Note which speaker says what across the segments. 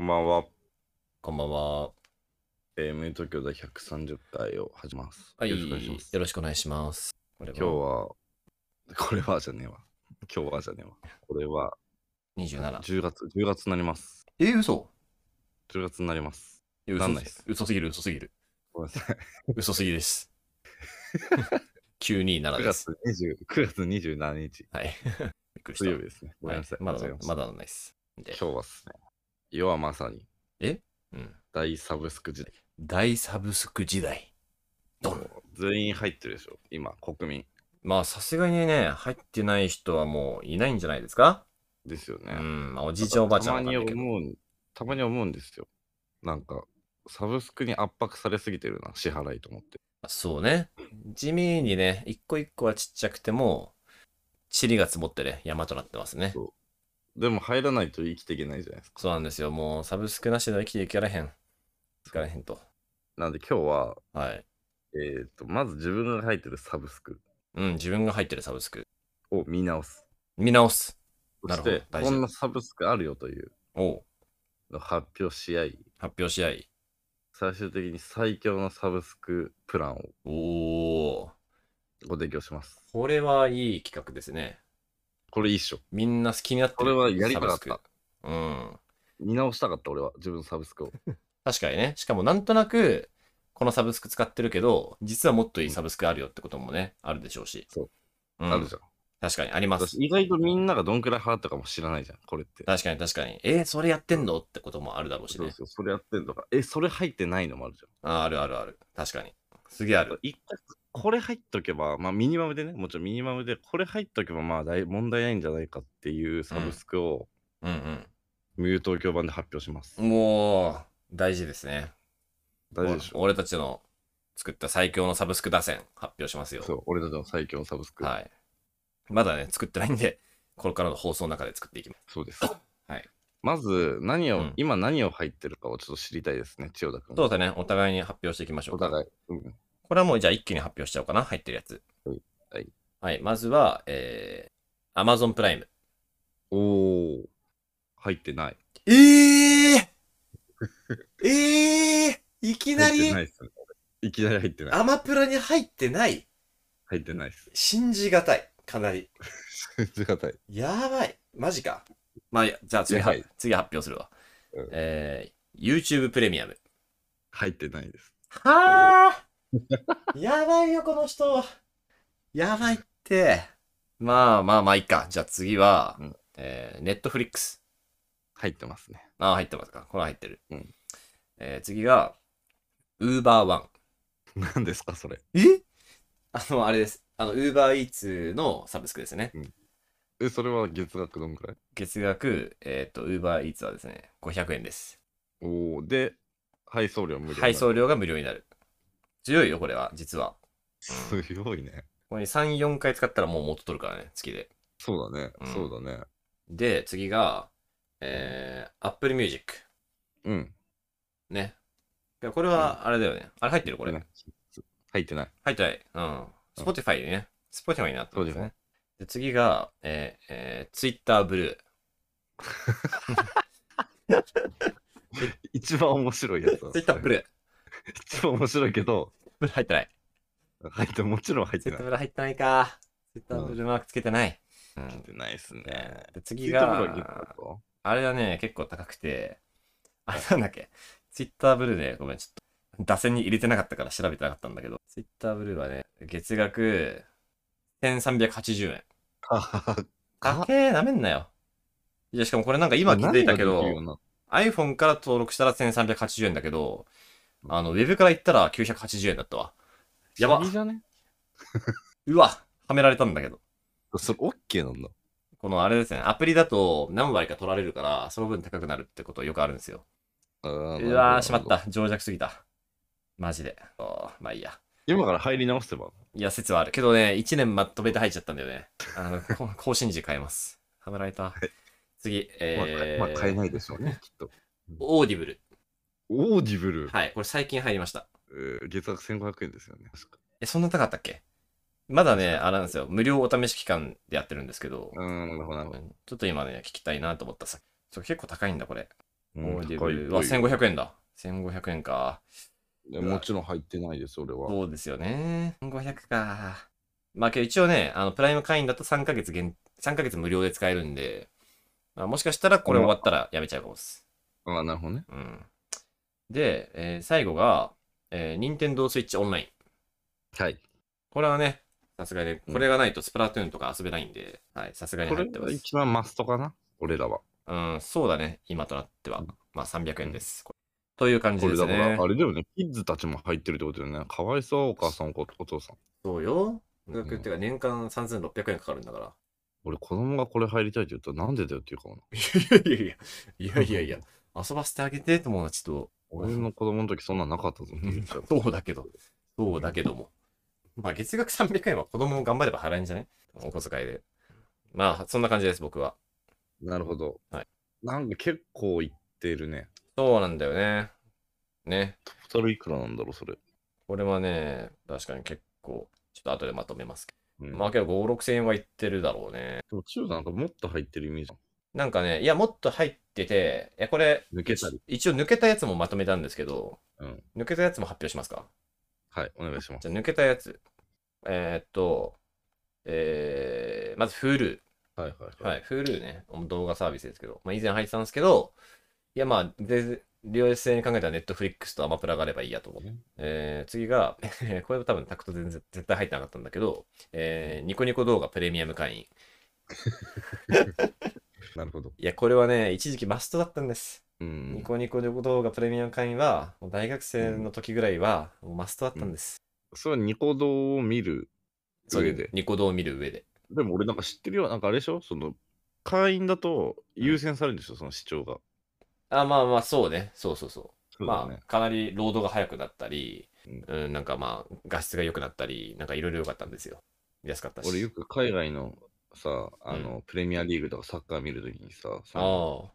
Speaker 1: んばんは。
Speaker 2: こんばんは。
Speaker 1: えー、無東京第130回を始めます。
Speaker 2: はい、
Speaker 1: よろしくお願いします。
Speaker 2: よろしくお願いします。これ
Speaker 1: 今日は、これはじゃねえわ。今日はじゃねえわ。これは
Speaker 2: は27。
Speaker 1: 10月、10月になります。
Speaker 2: えー、嘘
Speaker 1: 10月になります。
Speaker 2: いや
Speaker 1: な
Speaker 2: 嘘
Speaker 1: んないっす
Speaker 2: 嘘すぎる、嘘す ぎる。
Speaker 1: ごめんなさい。
Speaker 2: 嘘すぎ です。927
Speaker 1: 9
Speaker 2: です
Speaker 1: 月。20、9月27日、
Speaker 2: はい。 びっくりした。
Speaker 1: 水曜日ですね。ごめんなさい。
Speaker 2: はいまだ
Speaker 1: 間違え、した
Speaker 2: まだないです。で
Speaker 1: 今日はですね、要はまさに
Speaker 2: うん。
Speaker 1: 大サブスク時代。
Speaker 2: 大サブスク時代。ドン。
Speaker 1: 全員入ってるでしょ、今、国民。
Speaker 2: まあ、さすがにね、入ってない人はもういないんじゃないですか
Speaker 1: ですよね。
Speaker 2: うん。まあ、おじいちゃんおばあちゃんは
Speaker 1: たまに
Speaker 2: わかんないけど
Speaker 1: 思う、たまに思うんですよ。なんか、サブスクに圧迫されすぎてるな、支払いと思って。
Speaker 2: そうね。地味にね、一個一個はちっちゃくても、塵が積もってね、山となってますね。
Speaker 1: そうでも入らないと生きていけないじゃないですか。
Speaker 2: そうなんですよ。もうサブスクなしでは生きていけられへん。いけられへんと。
Speaker 1: なんで今日は、
Speaker 2: はい。
Speaker 1: えっ、と、まず自分が入ってるサブスク
Speaker 2: うん、自分が入ってるサブスク。
Speaker 1: を見直す。
Speaker 2: 見直す。
Speaker 1: そ
Speaker 2: な
Speaker 1: し
Speaker 2: るほど
Speaker 1: て、
Speaker 2: 大事
Speaker 1: こんなサブスクあるよという
Speaker 2: おう
Speaker 1: のを発表し合い、
Speaker 2: 発表し合い。
Speaker 1: 最終的に最強のサブスクプランを
Speaker 2: おお。
Speaker 1: ご提供します。
Speaker 2: これはいい企画ですね。
Speaker 1: これいいっしょ。
Speaker 2: みんな好きになってる。
Speaker 1: これはやりたかった
Speaker 2: サブスク。うん。
Speaker 1: 見直したかった俺は、自分のサブスクを。
Speaker 2: 確かにね。しかもなんとなく、このサブスク使ってるけど、実はもっといいサブスクあるよってこともね、あるでしょうし。
Speaker 1: そう。
Speaker 2: ん、
Speaker 1: あるじゃん。
Speaker 2: 確かに、あります
Speaker 1: 私。意外とみんながどんくらい払ったかも知らないじゃん、これって。
Speaker 2: 確かに確かに。えーそれやってんのってこともあるだろうし
Speaker 1: そう
Speaker 2: ね。
Speaker 1: そう、それやってんとか。え、それ入ってないのもあるじゃん。
Speaker 2: あーあるあるある。確かに。すげえある。
Speaker 1: 一回これ入っとけば、まあミニマムでね、もちろんミニマムで、これ入っとけばまあ大問題ないんじゃないかっていうサブスクを、
Speaker 2: うん
Speaker 1: 無友東京版で発表します
Speaker 2: う。ん。もう、大事ですね。
Speaker 1: 大丈夫でしょ
Speaker 2: お俺たちの作った最強のサブスク打線発表しますよ。
Speaker 1: そう、俺たちの最強のサブスク。
Speaker 2: はい。まだね、作ってないんで、これからの放送の中で作っていきます。
Speaker 1: そうです。
Speaker 2: はい。
Speaker 1: まず、何を、
Speaker 2: うん
Speaker 1: 今何を入ってるかをちょっと知りたいですね、千代田君。
Speaker 2: そうだね、お互いに発表していきましょ
Speaker 1: お
Speaker 2: うか。
Speaker 1: 互い。うん。
Speaker 2: これはもうじゃあ一気に発表しちゃおうかな、入ってるやつ。
Speaker 1: はいはい。
Speaker 2: はい、まずは、えー、Amazon プライム。
Speaker 1: おー、入ってない。
Speaker 2: えー、 えー、いき
Speaker 1: 入ってないっすね。いきなり入ってない。
Speaker 2: アマプラに入ってない
Speaker 1: 入ってないっす。
Speaker 2: 信じがたい。かなり。
Speaker 1: 信じがたい。
Speaker 2: やばい。マジか。まあ、いやじゃあ次は、
Speaker 1: やばい
Speaker 2: 次発表するわ。
Speaker 1: うん
Speaker 2: えー、YouTube プレミアム。
Speaker 1: 入ってないです。
Speaker 2: はあやばいよ、この人。やばいって。まあまあまあ、いいか。じゃあ次は、
Speaker 1: うん
Speaker 2: えー、Netflix。
Speaker 1: 入ってますね。
Speaker 2: ああ、入ってますか。これは入ってる。
Speaker 1: うん
Speaker 2: えー、次が、UberOne。
Speaker 1: 何ですか、それ。
Speaker 2: えあの、あれです。あの、UberEats のサブスクですね。
Speaker 1: え、それは月額どんくらい
Speaker 2: 月額、えっ、と、UberEats はですね、500円です。
Speaker 1: おー、で、配送料無料。
Speaker 2: 配送料が無料になる。強いよ、これは、実は。
Speaker 1: すごいね。
Speaker 2: これ3、4回使ったらもう元取るからね、月で。
Speaker 1: そうだね、
Speaker 2: うん
Speaker 1: そうだね。
Speaker 2: で、次が、えー、Apple Music。
Speaker 1: うん。
Speaker 2: ね。いやこれは、あれだよね。あれ入ってるこれ。
Speaker 1: ね入ってない。
Speaker 2: 入ってない。うん。Spotify でね。Spotify になってます
Speaker 1: そうです
Speaker 2: ね。で、次が、えー、えー、Twitter Blue。
Speaker 1: 一番面白いやつ だ。
Speaker 2: Twitter Blue。
Speaker 1: 一番面白いけど、
Speaker 2: Blue 入ってない。
Speaker 1: 入って、もちろん入ってない。
Speaker 2: Twitter Blue 入ってないか。Twitter Blue マークつけてない。う
Speaker 1: 入っ
Speaker 2: ん。
Speaker 1: てないっすね。
Speaker 2: で、
Speaker 1: ツイ
Speaker 2: 次
Speaker 1: ートブログ
Speaker 2: が、あれはね、結構高くて、あれなんだっけ、ツイッターブルーで、ごめん、ちょっと、打線に入れてなかったから調べてなかったんだけど、ツイッターブルーはね、月額1380円。
Speaker 1: あ
Speaker 2: 高え、なめんなよ。いや、しかもこれなんか今気づいたけど、、iPhone から登録したら1380円だけど、あの、ウェブから行ったら980円だったわ。やば
Speaker 1: いいじゃね
Speaker 2: うわ、はめられたんだけど。
Speaker 1: それ OK なんだ。
Speaker 2: このあれですね、アプリだと何割か取られるから、その分高くなるってことよくあるんですよ。
Speaker 1: あー
Speaker 2: うわー、しまっ。た。情弱すぎた。マジで。おーまあいいや。
Speaker 1: 今から入り直せば。
Speaker 2: いや、説はある。けどね、1年まとめて入っちゃったんだよね。あの、こ 更新時変えます。はめられた。次、えー、
Speaker 1: まあ、まあ買えないでしょうね、きっと。
Speaker 2: オーディブル。
Speaker 1: オーディブル。
Speaker 2: はい、これ最近入りました。
Speaker 1: えー月額1500円ですよね。確か
Speaker 2: え、そんな高かったっけまだね、あれなんですよ。無料お試し期間でやってるんですけど、
Speaker 1: うーん、なるほど、なるほど。
Speaker 2: ちょっと今ね、聞きたいなと思ったさ。そう結構高いんだ、これ。
Speaker 1: うん
Speaker 2: オーディ
Speaker 1: 高
Speaker 2: ブ
Speaker 1: い
Speaker 2: ル
Speaker 1: っぽ
Speaker 2: は
Speaker 1: いう
Speaker 2: 1500円だ。1500円か。
Speaker 1: でもちろん入ってないです、俺は。
Speaker 2: そうですよね。500か。まあけど一応ね、あのプライム会員だと3ヶ月限、3ヶ月無料で使えるんで、まあ、もしかしたらこれ終わったらやめちゃうかもです。
Speaker 1: ああ、なるほどね。
Speaker 2: うん。で、えー最後が、えー、任天堂スイッチオンライン。
Speaker 1: はい。
Speaker 2: これはね、さすがに、
Speaker 1: うん
Speaker 2: これがないとスプラトゥーンとか遊べないんで、はい、さすがに
Speaker 1: こ
Speaker 2: 入
Speaker 1: れ
Speaker 2: ってま
Speaker 1: が
Speaker 2: す。
Speaker 1: 一番マストかな、俺らは。
Speaker 2: うん、そうだね、今となっては
Speaker 1: うん。
Speaker 2: まあ300円です。これという感じ
Speaker 1: こ
Speaker 2: で
Speaker 1: れ
Speaker 2: す
Speaker 1: だから、
Speaker 2: ね
Speaker 1: あ。れだよね、キッズたちも入ってるってことだよね。かわいそう、お母さん、おお父さん。
Speaker 2: そうよ。額
Speaker 1: うん
Speaker 2: っていうか年間3600円かかるんだから。
Speaker 1: 俺、子供がこれ入りたいって言ったら、なんでだよっていうかもな。
Speaker 2: いやいやいや、いやいやいや、遊ばせてあげて、友達と。
Speaker 1: 俺 の子供の時そんなんなかったぞって言っちゃう。
Speaker 2: そうだけど、そうだけども。まあ、月額300円は子供も頑張れば払えんじゃないお小遣いで。まあ、そんな感じです、僕は。
Speaker 1: なるほど。
Speaker 2: はい
Speaker 1: なんか結構いってるね。
Speaker 2: そうなんだよね。ね。
Speaker 1: トータルいくらなんだろう、それ。
Speaker 2: これはね、確かに結構、ちょっと後でまとめますけ
Speaker 1: うん
Speaker 2: ど。まあ、けど5、6000円はいってるだろうね。
Speaker 1: でも中なんかもっと入ってるイメージ。
Speaker 2: なんかね、いや、もっと入ってて、いや、これ、
Speaker 1: 抜けたり。
Speaker 2: 一応抜けたやつもまとめたんですけど、
Speaker 1: うん。
Speaker 2: 抜けたやつも発表しますか
Speaker 1: はい、お願いします。
Speaker 2: じゃあ抜けたやつ。えーっと、えー、まず Hulu。
Speaker 1: はいはい
Speaker 2: はい、Hulu ね。動画サービスですけど。まあ、以前入ってたんですけど、いやまあ、で、両立性に考えたら Netflix とアマプラがあればいいやと思う。
Speaker 1: ね
Speaker 2: えー、次が、 これは多分タクト全然絶対入ってなかったんだけど、えー、ニコニコ動画プレミアム会員。
Speaker 1: なるほど。
Speaker 2: いや、これはね、一時期マストだったんです。
Speaker 1: うん
Speaker 2: ニ。コニコ動画プレミアム会員は、もう大学生の時ぐらいは、もうマストだったんです。
Speaker 1: それはニコ動を見る
Speaker 2: そうい
Speaker 1: 上
Speaker 2: う
Speaker 1: で。
Speaker 2: ニコ動を見る上で。
Speaker 1: でも俺なんか知ってるよ。なんかあれでしょその、会員だと優先されるんでしょその視聴が。
Speaker 2: あ、まあまあ、そうね。そうそうそう。まあ、
Speaker 1: あ、
Speaker 2: かなりロードが速くなったり、
Speaker 1: う
Speaker 2: うん、なんかまあ、画質が良くなったり、なんかいろいろ良かったんですよ。安かったし。
Speaker 1: 俺よく海外のさ、あの、プレミアリーグとかサッカー見るときにさ、その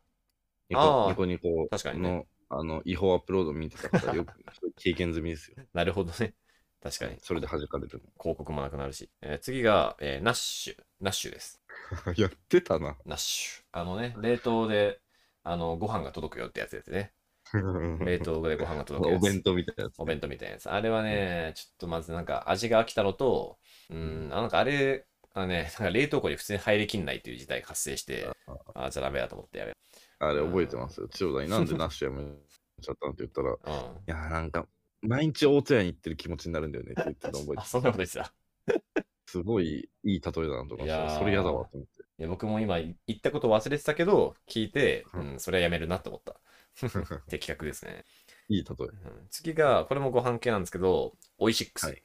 Speaker 2: あ
Speaker 1: ニ
Speaker 2: あ
Speaker 1: コ
Speaker 2: ー
Speaker 1: ニコニコ
Speaker 2: 確かに
Speaker 1: の
Speaker 2: ね
Speaker 1: あの違法アップロード見てた から、よくそういう経験済みですよ
Speaker 2: あ。、なるほどね。確かに。
Speaker 1: それで弾かれる
Speaker 2: 広告もなくなるし。えー次が、えーナッシュ。ナッシュです。
Speaker 1: の。 やってたな。
Speaker 2: ナッシュ。あのね、冷凍で、あの、ご飯が届くよってやつですね。 冷凍でご飯が届く
Speaker 1: お
Speaker 2: や
Speaker 1: 弁
Speaker 2: つ。
Speaker 1: 当みたいなやつ。
Speaker 2: お弁当みたいなやつ。あれはね、ちょっとまずなんか味が飽きたのと、うん、あなんかあれ、あのね、なんか冷凍庫に普通に入りきんないという事態が発生して、あじゃあダメだと思ってやめ
Speaker 1: あれ覚えてますよ。千代田になんでナッシュやめちゃったのって言った ら、い
Speaker 2: うん。
Speaker 1: やーなんか、毎日大戸屋に行ってる気持ちになるんだよねって言ってたの覚えて
Speaker 2: あ、
Speaker 1: ま
Speaker 2: そんなこと言ってた。
Speaker 1: す。すごいいい例えだなとか
Speaker 2: いやー、
Speaker 1: それ嫌だわと思っ
Speaker 2: いや僕も今言ったこと忘れてたけど、聞いて、
Speaker 1: う
Speaker 2: うんん、それはやめるなと思った。
Speaker 1: て。
Speaker 2: 的確ですね。
Speaker 1: いい例
Speaker 2: うん次が、これもご飯系なんですけど、オイシックス。
Speaker 1: は
Speaker 2: はいい。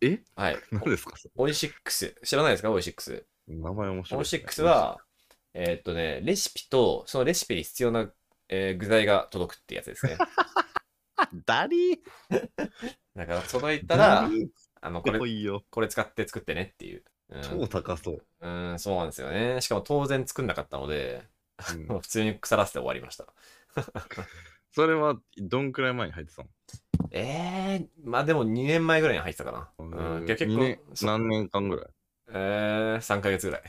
Speaker 1: え。え 何ですかそれ
Speaker 2: オイシックス。知らないですかオイシックス。
Speaker 1: 名前面白い。
Speaker 2: オイシックス、は、えーっとね、レシピと、そのレシピに必要な、えー具材が届くってやつですね。
Speaker 1: ダリー
Speaker 2: だから届いたら
Speaker 1: ダ、リー
Speaker 2: あの、こ
Speaker 1: っ
Speaker 2: れ
Speaker 1: ぽ、いよ。
Speaker 2: これ使って作ってねっていう。うん
Speaker 1: 超高そう。
Speaker 2: うん、そうなんですよね。しかも当然作んなかったので、
Speaker 1: うん
Speaker 2: もう普通に腐らせて終わりました。
Speaker 1: それはどんくらい前に入ってたの
Speaker 2: ええまあでも2年前ぐらいに入ってたかな。うん、結
Speaker 1: 二年
Speaker 2: 構、そう
Speaker 1: 何年間ぐらい
Speaker 2: えー、3ヶ月ぐらい。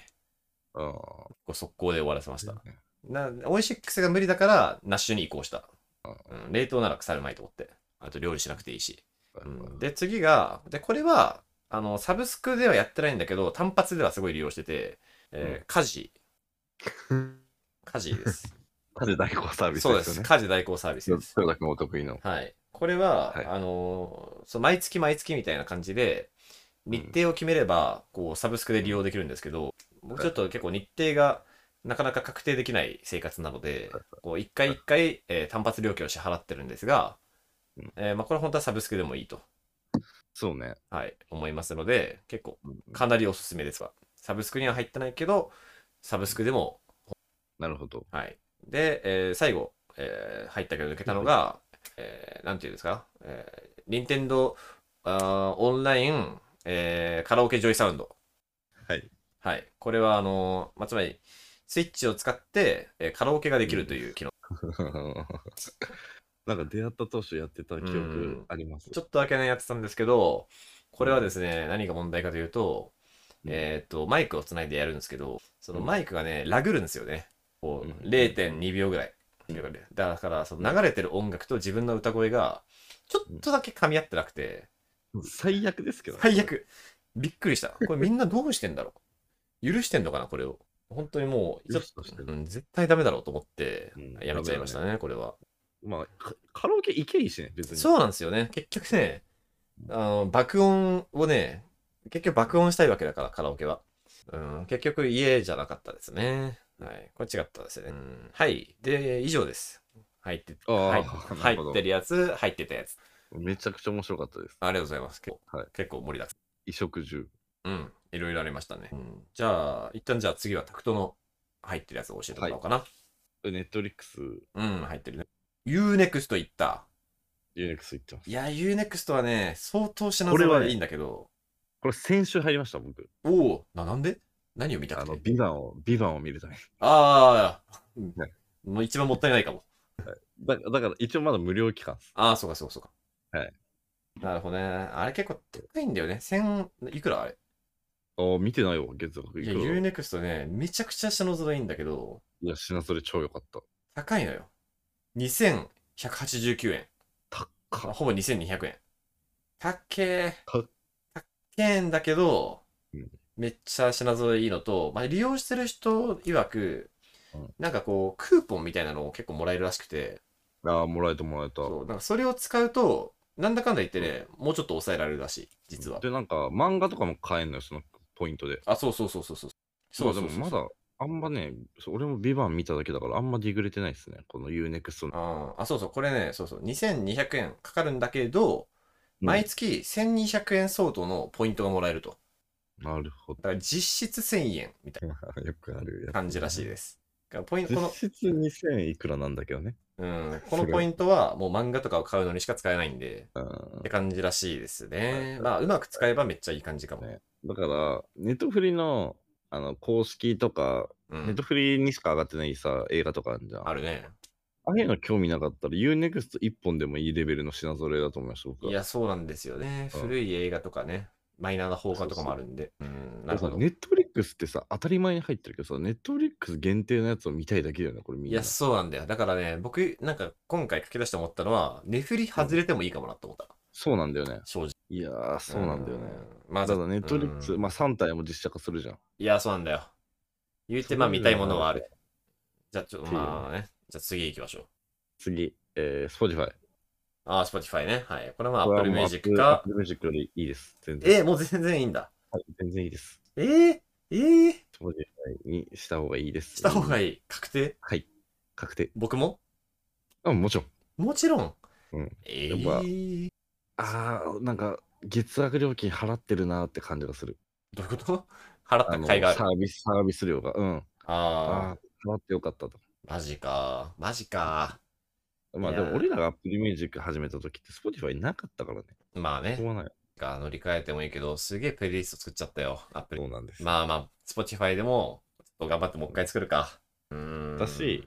Speaker 1: ああ。
Speaker 2: こう速攻で終わらせました。なオイシックスが無理だから、ナッシュに移行した。
Speaker 1: あ
Speaker 2: うん、冷凍なら腐るまいと思って。あと料理しなくていいし。う
Speaker 1: うん
Speaker 2: ん、で、次が、で、これは、あの、サブスクではやってないんだけど、単発ではすごい利用してて、えー家事、家事 です。
Speaker 1: 風代行サービス
Speaker 2: そう
Speaker 1: で
Speaker 2: ですす。
Speaker 1: よね。
Speaker 2: 家事代行サービスです。
Speaker 1: それだけもお得意の。
Speaker 2: はい。これは、
Speaker 1: はい
Speaker 2: あのーそう毎月毎月みたいな感じで、日程を決めれば、こう、サブスクで利用できるんですけど、もうちょっと結構日程がなかなか確定できない生活なので、こう、一回一回、えー単発料金を支払ってるんですが
Speaker 1: うん、
Speaker 2: えーまあ、これ本当はサブスクでもいいと、
Speaker 1: そうね。
Speaker 2: はい、思いますので、結構、
Speaker 1: うん
Speaker 2: かなりおすすめですわ。サブスクには入ってないけど、サブスクでも、
Speaker 1: なるほど。
Speaker 2: はい。で、えー最後、えー入ったけど抜けたのが、えーなんていうんですか、えー、任天堂あーオンライン、えーカラオケジョイサウンド。
Speaker 1: はい。
Speaker 2: はい。これは、あのーまあ、つまり、スイッチを使って、えーカラオケができるという機能。
Speaker 1: なんか出会った当初やってた記憶あります。
Speaker 2: ちょっとだけね、やってたんですけど、これはですね、何が問題かというと、
Speaker 1: うん
Speaker 2: えっ、と、マイクをつないでやるんですけど、そのマイクがね、ラグるんですよね。こう、
Speaker 1: うん
Speaker 2: 0.2秒ぐらい。流れだからその流れてる音楽と自分の歌声がちょっとだけ噛み合ってなくて、
Speaker 1: 最悪ですけど。
Speaker 2: 最。悪びっくりしたこれみんなどうしてんだろう許してんのかなこれを本当にもうちょっと
Speaker 1: 許して、る
Speaker 2: うん絶対ダメだろうと思って
Speaker 1: うん
Speaker 2: やめちゃいましたね、これは
Speaker 1: まあ、カカラオケ行けいいしね、別に。
Speaker 2: そうなんですよね結局ねあの爆音をね結局爆音したいわけだからカラオケは、うん、結局家じゃなかったですねはいこれ違ったですね、うんはいで以上です入って
Speaker 1: ああ
Speaker 2: はい
Speaker 1: な
Speaker 2: 入
Speaker 1: るほど
Speaker 2: ってるやつ入ってたやつ
Speaker 1: めちゃくちゃ面白かったです。
Speaker 2: ありがとうございます結構,、
Speaker 1: はい
Speaker 2: 結構盛りだくさん
Speaker 1: 衣食住。
Speaker 2: うん、いろいろありましたね。じゃあ、一旦じゃあ次はタクトの入ってるやつを教えてもらおうかな。
Speaker 1: ネットリックス、
Speaker 2: うん、入ってるね。UNEXT 行った。
Speaker 1: ユーネクス行ってます。
Speaker 2: いや、UNEXT はね、相当品
Speaker 1: これ
Speaker 2: 揃
Speaker 1: は
Speaker 2: え
Speaker 1: ね
Speaker 2: いいんだけど。
Speaker 1: これ先週入りました、僕。
Speaker 2: おおな、なんで何を見た
Speaker 1: あ
Speaker 2: く
Speaker 1: の、
Speaker 2: て
Speaker 1: ビバンを、ビバンを見るために。
Speaker 2: ああ、
Speaker 1: はい
Speaker 2: もう一番もったいないかも。
Speaker 1: だだから、一応まだ無料期間です。
Speaker 2: ああ、そうかそうかそうか。
Speaker 1: はい。
Speaker 2: なるほどね。あれ結構高いんだよね。千いくらあれ
Speaker 1: ああ、見てないわ、月額
Speaker 2: い
Speaker 1: い
Speaker 2: や、
Speaker 1: くら。
Speaker 2: UNEXT ね、めちゃくちゃ品揃えいいんだけど、
Speaker 1: いや、品それ超良かった。
Speaker 2: 高いのよ。2189円。
Speaker 1: 高っ
Speaker 2: ほぼ2200円。たっけー。
Speaker 1: たった
Speaker 2: っけーんだけど
Speaker 1: うん、
Speaker 2: めっちゃ品揃えいいのと、まあ、利用してる人曰く
Speaker 1: うん、
Speaker 2: なんかこう、クーポンみたいなのを結構もらえるらしくて、
Speaker 1: ああ、もらえたもらえた。
Speaker 2: そうなんかそれを使うと、なんだかんだ言ってね、もうちょっと抑えられるらしい、実は。
Speaker 1: で、なんか、漫画とかも買えんのよ、そのポイントで。
Speaker 2: あ、そうそうそうそうそう。そうそうそう
Speaker 1: まあでもまだ、あんまね、そう俺もビバン見ただけだから、あんまディグれてないですね。この UNEXT の。
Speaker 2: あーあ、そうそう、これね、そうそう、2200円かかるんだけど、毎月1200円相当のポイントがもらえると。
Speaker 1: なるほど。
Speaker 2: だから実質1000円みたい
Speaker 1: よくあるや
Speaker 2: な
Speaker 1: つ
Speaker 2: 感じらしいです。だからポイント、この、
Speaker 1: 実質2000いくらなんだけどね。
Speaker 2: うん、このポイントはもう漫画とかを買うのにしか使えないんで、
Speaker 1: うん
Speaker 2: って感じらしいですね。まあ、うまく使えばめっちゃいい感じかも。
Speaker 1: ねだから、ネットフリのあの公式とか、
Speaker 2: う
Speaker 1: ネッ
Speaker 2: ん
Speaker 1: ト、フリにしか上がってないさ、映画とかあるじゃん。
Speaker 2: あ
Speaker 1: る
Speaker 2: るね。
Speaker 1: ああいうの興味なかったら、UNEXT1 本でもいいレベルの品揃えだと思いました、僕
Speaker 2: い
Speaker 1: は。
Speaker 2: や、そうなんですよね。
Speaker 1: うん
Speaker 2: 古い映画とかね、マイナーな放課とかもあるんで。うん、なるほど。
Speaker 1: ネ
Speaker 2: い
Speaker 1: ットフリックスってさ、当たり前に入ってるけどさ、ネットフリックス限定のやつを見たいだけだよね、これみんな。
Speaker 2: や、そうなんだよ。だからね、僕、なんか今回書き出して思ったのは、値振り外れてもいいかもなと思った。
Speaker 1: そうなんだよね。
Speaker 2: 正直。
Speaker 1: いやー、そうなんだよね。
Speaker 2: うん。まあ、
Speaker 1: ただ、ネットフリックス、
Speaker 2: うん
Speaker 1: まあ3体も実写化するじゃん。
Speaker 2: いや、そうなんだよ。言うて、まあ、見たいものはある。じゃあ、ちょっと、
Speaker 1: っていう
Speaker 2: まあね。じゃあ、次行きましょう。
Speaker 1: 次、えー、Spotify。
Speaker 2: ああ、Spotify ね。はい。これはまあ、
Speaker 1: これは
Speaker 2: Apple
Speaker 1: もう
Speaker 2: Music
Speaker 1: Apple。
Speaker 2: か
Speaker 1: Apple Music よりいいです。全然。
Speaker 2: えー、もう全然いいんだ。
Speaker 1: はい全然いいです。
Speaker 2: えー、えー、
Speaker 1: Spotify にした方がいいです。
Speaker 2: した方が
Speaker 1: い。
Speaker 2: いい。確定
Speaker 1: 確定。
Speaker 2: 僕も
Speaker 1: あ、もちろん。
Speaker 2: もちろん。
Speaker 1: うん
Speaker 2: え
Speaker 1: やっぱ
Speaker 2: ー、
Speaker 1: ああ、なんか、月額料金払ってるなーって感じがする。
Speaker 2: どういうこと 払った
Speaker 1: の
Speaker 2: 甲斐がある。
Speaker 1: サービス、サービス料が。うん。
Speaker 2: あ
Speaker 1: ああ、払ってよかったと。
Speaker 2: あ、マジか。マジか。
Speaker 1: まあ
Speaker 2: い
Speaker 1: で
Speaker 2: やー
Speaker 1: も、俺らが Apple Music 始めた時って Spotify なかったからね。
Speaker 2: まあ
Speaker 1: しょうが
Speaker 2: ね。
Speaker 1: ない。
Speaker 2: か乗り換えてもいいけど、すげえプレイリスト作っちゃったよ。アプリ
Speaker 1: そう。なんです。
Speaker 2: まあまあ、Spotify でも、ちょっと頑張ってもう一回作るか。うーん。
Speaker 1: だし、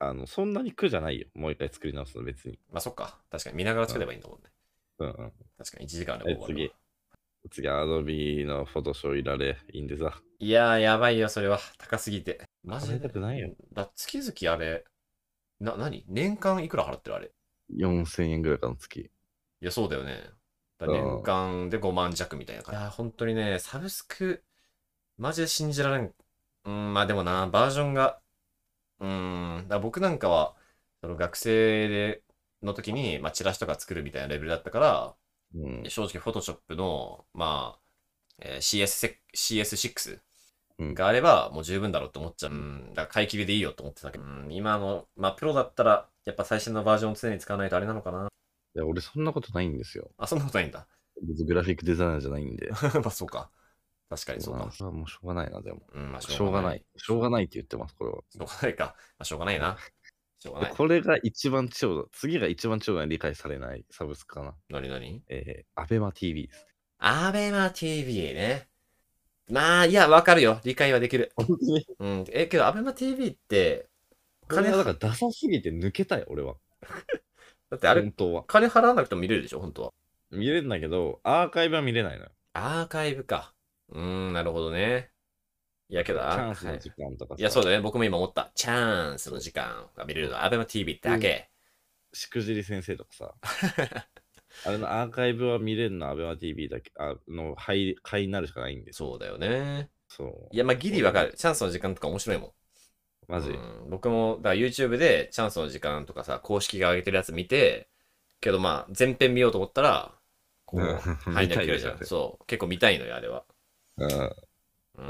Speaker 1: あの、そんなに苦じゃないよ。もう一回作り直すの別に。
Speaker 2: まあそっか。確かに見ながら作ればいいんだもんね。
Speaker 1: うんうん。
Speaker 2: 確かに1時間で
Speaker 1: はい
Speaker 2: 終わるわ
Speaker 1: 次。次、Adobe の Photoshop いられ、いいんでさ。
Speaker 2: いやー、やばいよ、それは。高すぎて。マジ
Speaker 1: 払いた
Speaker 2: で。
Speaker 1: くないよ。
Speaker 2: だ月々あれ、な、何年間いくら払ってるあれ。い
Speaker 1: 4000円ぐらいかの月。
Speaker 2: や、そうだよね。だ年間で5万弱みたいな感じ。いやー、本当にね、サブスク、マジで信じられん。うん、まあでもな、バージョンが、うん、だから僕なんかは、その学生で、の時に、まあ、チラシとか作るみたいなレベルだったから、
Speaker 1: うん。
Speaker 2: 正直、フォトショップの、まあ、えー CS6
Speaker 1: うん
Speaker 2: があれば、もう十分だろうと思っちゃう。うん、だから買い切りでいいよと思ってたけど、うん今の、まあ、プロだったら、やっぱ最新のバージョンを常に使わないとあれなのかな。
Speaker 1: いや、俺そんなことないんですよ。
Speaker 2: あ、そんなことないんだ。
Speaker 1: 別にグラフィックデザイナーじゃないんで。
Speaker 2: まあ、そうか。確かにそう
Speaker 1: ま
Speaker 2: か
Speaker 1: あ。それはもうしょうがないな、でも。
Speaker 2: うん、まあ、
Speaker 1: しょうがない。。しょうがないって言ってます、これは。
Speaker 2: しょうがないか。まあ、しょうがないな。しょうがな
Speaker 1: で
Speaker 2: い。
Speaker 1: これが一番千代田、次が一番千代田に理解されないサブスクかな。
Speaker 2: なになに
Speaker 1: えー、アベマ TV です。
Speaker 2: アベマ TV ね。まあ、いや、わかるよ。理解はできる。
Speaker 1: 本当に
Speaker 2: うん。え、けど、アベマ TV って、
Speaker 1: これは
Speaker 2: 金
Speaker 1: だ
Speaker 2: は、
Speaker 1: からダサすぎて抜けたい、俺は。
Speaker 2: だってあれ
Speaker 1: 本、当は。
Speaker 2: 金払わなくても見れるでしょ、本当は。
Speaker 1: 見れるんだけど、アーカイブは見れないのよ。
Speaker 2: アーカイブか。うーん、なるほどね。いやけど、
Speaker 1: チャンス
Speaker 2: は
Speaker 1: の
Speaker 2: い
Speaker 1: 時間とかさ、
Speaker 2: いや、そうだね。僕も今思った。チャンスの時間が見れるのは ABEMATV だけ。
Speaker 1: しくじり先生とか さ、あれのアーカイブは見れるの、アベマ TV だけ、あの、灰、灰になるしかないんです。
Speaker 2: そうだよね。
Speaker 1: そう。
Speaker 2: いや、まあ、ギリわかる。チャンスの時間とか面白いもん。
Speaker 1: マジ、
Speaker 2: うん僕も、だから YouTube でチャンスの時間とかさ、公式が上げてるやつ見て、けどまあ、全編見ようと思ったら、こう、
Speaker 1: うん
Speaker 2: 範囲内切れるじ
Speaker 1: 見た
Speaker 2: ゃ
Speaker 1: いですよ
Speaker 2: ん。
Speaker 1: ね
Speaker 2: そう。結構見たいのよ、あれは。
Speaker 1: うん、
Speaker 2: うん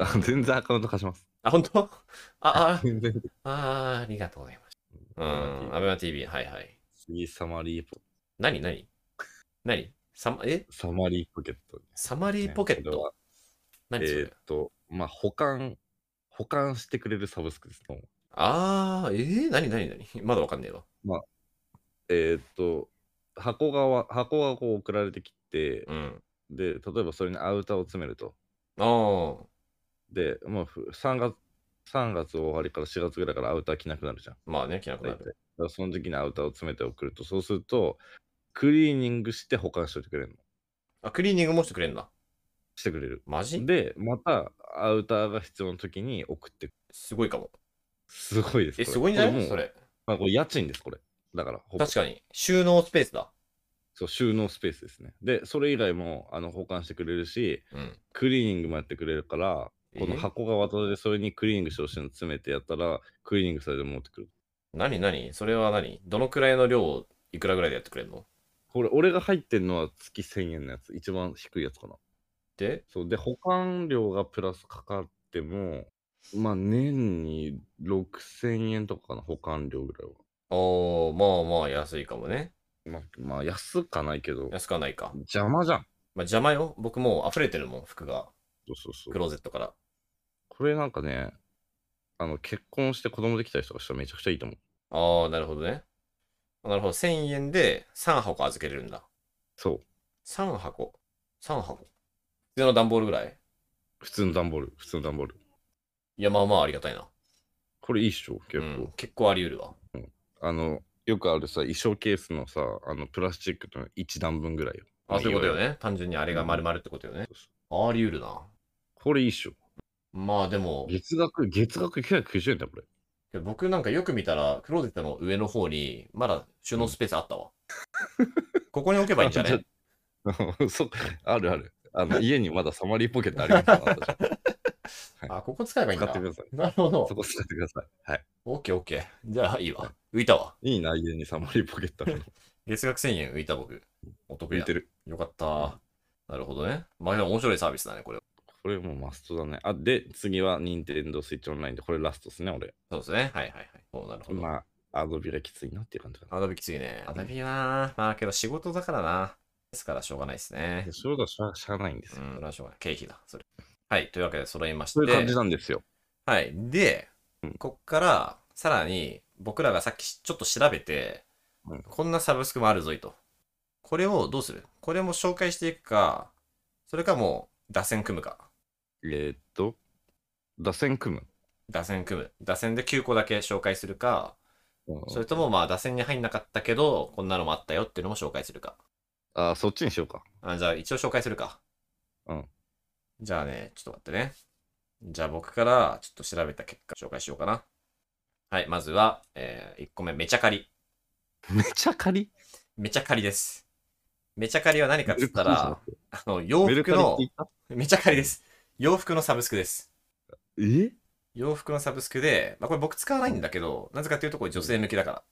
Speaker 1: あ全然アカウント貸します。
Speaker 2: あ、本当あ、あ、
Speaker 1: 全然。
Speaker 2: あー、ありがとうございました。うん、アベマ TV、はいはい。
Speaker 1: 次、サマリーポ、
Speaker 2: 何何何サマ、え
Speaker 1: サマリーポケット。
Speaker 2: サマリーポケット、
Speaker 1: え
Speaker 2: 何それ、
Speaker 1: ーっと、まあ、保管、保管してくれるサブスクです。どうも
Speaker 2: あー、えー、何何 何まだわかんねえわ。
Speaker 1: えーっと、箱がわ、箱がこう送られてきて
Speaker 2: う、ん。
Speaker 1: で、例えばそれにアウターを詰めると。
Speaker 2: あー、
Speaker 1: で、もうふ3月、3月終わりから4月ぐらいからアウター着なくなるじゃん。
Speaker 2: まあね、着なくな
Speaker 1: 大体。だ
Speaker 2: る。
Speaker 1: からその時にアウターを詰めて送ると、そうすると、クリーニングして保管しておいてくれるの。
Speaker 2: あ、クリーニングもしてくれんだ。
Speaker 1: してくれる。
Speaker 2: マジ
Speaker 1: で、またアウターが必要な時に送ってくる
Speaker 2: すごいかも。
Speaker 1: すごいです。
Speaker 2: え、
Speaker 1: これ
Speaker 2: すごいんじゃ
Speaker 1: こ
Speaker 2: な
Speaker 1: れも
Speaker 2: い
Speaker 1: う
Speaker 2: それ。
Speaker 1: まあ、これ家賃です、これ。だから、ほぼ
Speaker 2: 確かに。収納スペースだ。
Speaker 1: そう収納スペースですね。で、それ以外もあの保管してくれるし、
Speaker 2: うん。
Speaker 1: クリーニングもやってくれるから、この
Speaker 2: え
Speaker 1: 箱が渡でそれにクリーニングしてほしいの詰めてやったら、クリーニングされて持ってくる。
Speaker 2: 何何それは何どのくらいの量をいくらぐらいでやってくれるの
Speaker 1: これ、俺が入ってんのは月1000円のやつ、一番低いやつかな。
Speaker 2: で、
Speaker 1: そうで保管料がプラスかかってもまあ年に6000円とかかな保管料ぐらいは
Speaker 2: おー、まあまあ安いかもね。
Speaker 1: まあ、まあ、安かないけど
Speaker 2: 安くはないか。
Speaker 1: 邪魔じゃん
Speaker 2: まあ邪魔よ。僕もう溢れてるもん、服が。
Speaker 1: そうそうそ
Speaker 2: ク
Speaker 1: う
Speaker 2: ローゼットから。
Speaker 1: これなんかねあの結婚して子供できた人がしたらめちゃくちゃいいと思う
Speaker 2: ああ、なるほどね。なるほど。1000円で3箱預けれるんだ。
Speaker 1: そう
Speaker 2: 3箱 ?3 箱普通の段ボールぐらい
Speaker 1: 普通の段ボール普通の段ボール
Speaker 2: いや、まあまあありがたいな。
Speaker 1: これいいっしょ結構、
Speaker 2: うん、結構あり得るわ。
Speaker 1: あのよくあるさ衣装ケースのさあのプラスチックの1段分ぐらいよ
Speaker 2: あ、そういうことよね。単純にあれが丸々ってことよね
Speaker 1: そう。そ
Speaker 2: あり得るな。
Speaker 1: うこれいいっしょ
Speaker 2: まあでも、
Speaker 1: 月額月額990円だよこれ
Speaker 2: 僕なんかよく見たら、クローゼットの上の方に、まだ収納スペースあったわ。ここに置けばいいんじ ゃね
Speaker 1: そうあるある。あの家にまだサマリーポケットありますから 私
Speaker 2: あ、ここ使えばいいん
Speaker 1: 使
Speaker 2: だ
Speaker 1: って。ください。
Speaker 2: なる
Speaker 1: そ
Speaker 2: ほど。
Speaker 1: こ使ってください。はい。
Speaker 2: オッケーオッケー。じゃあ、いいわ。浮いたわ。
Speaker 1: いいな、家にサマリーポケットあるの。
Speaker 2: 月額1000円浮いた僕。お得
Speaker 1: 浮い
Speaker 2: や。
Speaker 1: てる。
Speaker 2: よかった。なるほどね。まあでも面白いサービスだね、これは。
Speaker 1: これもうマストだね。あ、で、次は Nintendo Switch Online で、これラストですね、俺。
Speaker 2: そうですね。はいはいはい。そうなるほど。
Speaker 1: まあ、アドビがきついなっていう感じかな。
Speaker 2: アドビきついね。アドビは、まあけど仕事だからな。ですからしょうがないですね
Speaker 1: で。そういうことはしゃしゃあないんです
Speaker 2: う
Speaker 1: よ。
Speaker 2: ん、それはしょうがない。経費だ、それ。はい、というわけで揃いまし
Speaker 1: そういう感
Speaker 2: て
Speaker 1: じ。なんですよ。
Speaker 2: はい。で
Speaker 1: うん、
Speaker 2: こっから、さらに、僕らがさっきしちょっと調べて
Speaker 1: うん、
Speaker 2: こんなサブスクもあるぞいと。これをどうするこれも紹介していくか、それかもう、打線組むか。
Speaker 1: えーっと、打線組む。
Speaker 2: 打線組む。打線で9個だけ紹介するか、それともまあ打線に入んなかったけど、こんなのもあったよっていうのも紹介するか。
Speaker 1: あ、そっちにしようか。
Speaker 2: あ、じゃあ一応紹介するか。
Speaker 1: うん。
Speaker 2: じゃあね、ちょっと待ってね。じゃあ僕からちょっと調べた結果紹介しようかな。はい、まずは、え1個目、めちゃかり。
Speaker 1: めちゃ借
Speaker 2: めちゃかりです。めちゃかりは何
Speaker 1: り
Speaker 2: かっつったら、、あの、洋
Speaker 1: メル
Speaker 2: 服
Speaker 1: カリって
Speaker 2: の
Speaker 1: 言、った
Speaker 2: めちゃかりです。洋服のサブスクです。
Speaker 1: え
Speaker 2: 洋服のサブスクで、まあ、これ僕使わないんだけど、なぜかっていうとこれ女性向けだから。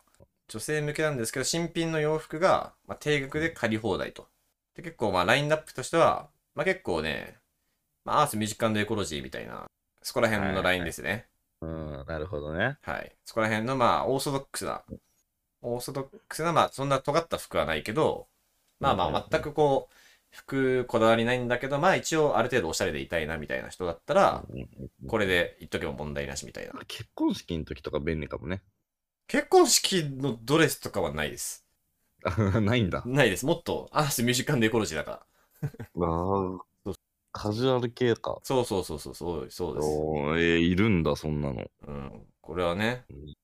Speaker 2: 女性向けなんですけど、新品の洋服が、まあ、定額で借り放題と。で、結構まあラインナップとしては、まあ、結構ね、まあ、アースミュージックエコロジーみたいな、そこら辺のラインですね。
Speaker 1: うん、なるほどね。
Speaker 2: はいそこら辺のまあオーソドックスな、オーソドックスな、まあそんな尖った服はないけど、まあまあ全くこう、服こだわりないんだけど、まあ一応ある程度おしゃれでいたいなみたいな人だったら、これで言っとけば問題なしみたいな。
Speaker 1: 結婚式の時とか便利かもね。
Speaker 2: 結婚式のドレスとかはないです。
Speaker 1: あないんだ。
Speaker 2: ないです。もっと、アースミュージックエコロジーだから。
Speaker 1: カジュアル系か。
Speaker 2: そうそうそうそう、そうそうです。
Speaker 1: おーえーいるんだ、そんなの。
Speaker 2: うん。これはね
Speaker 1: うん、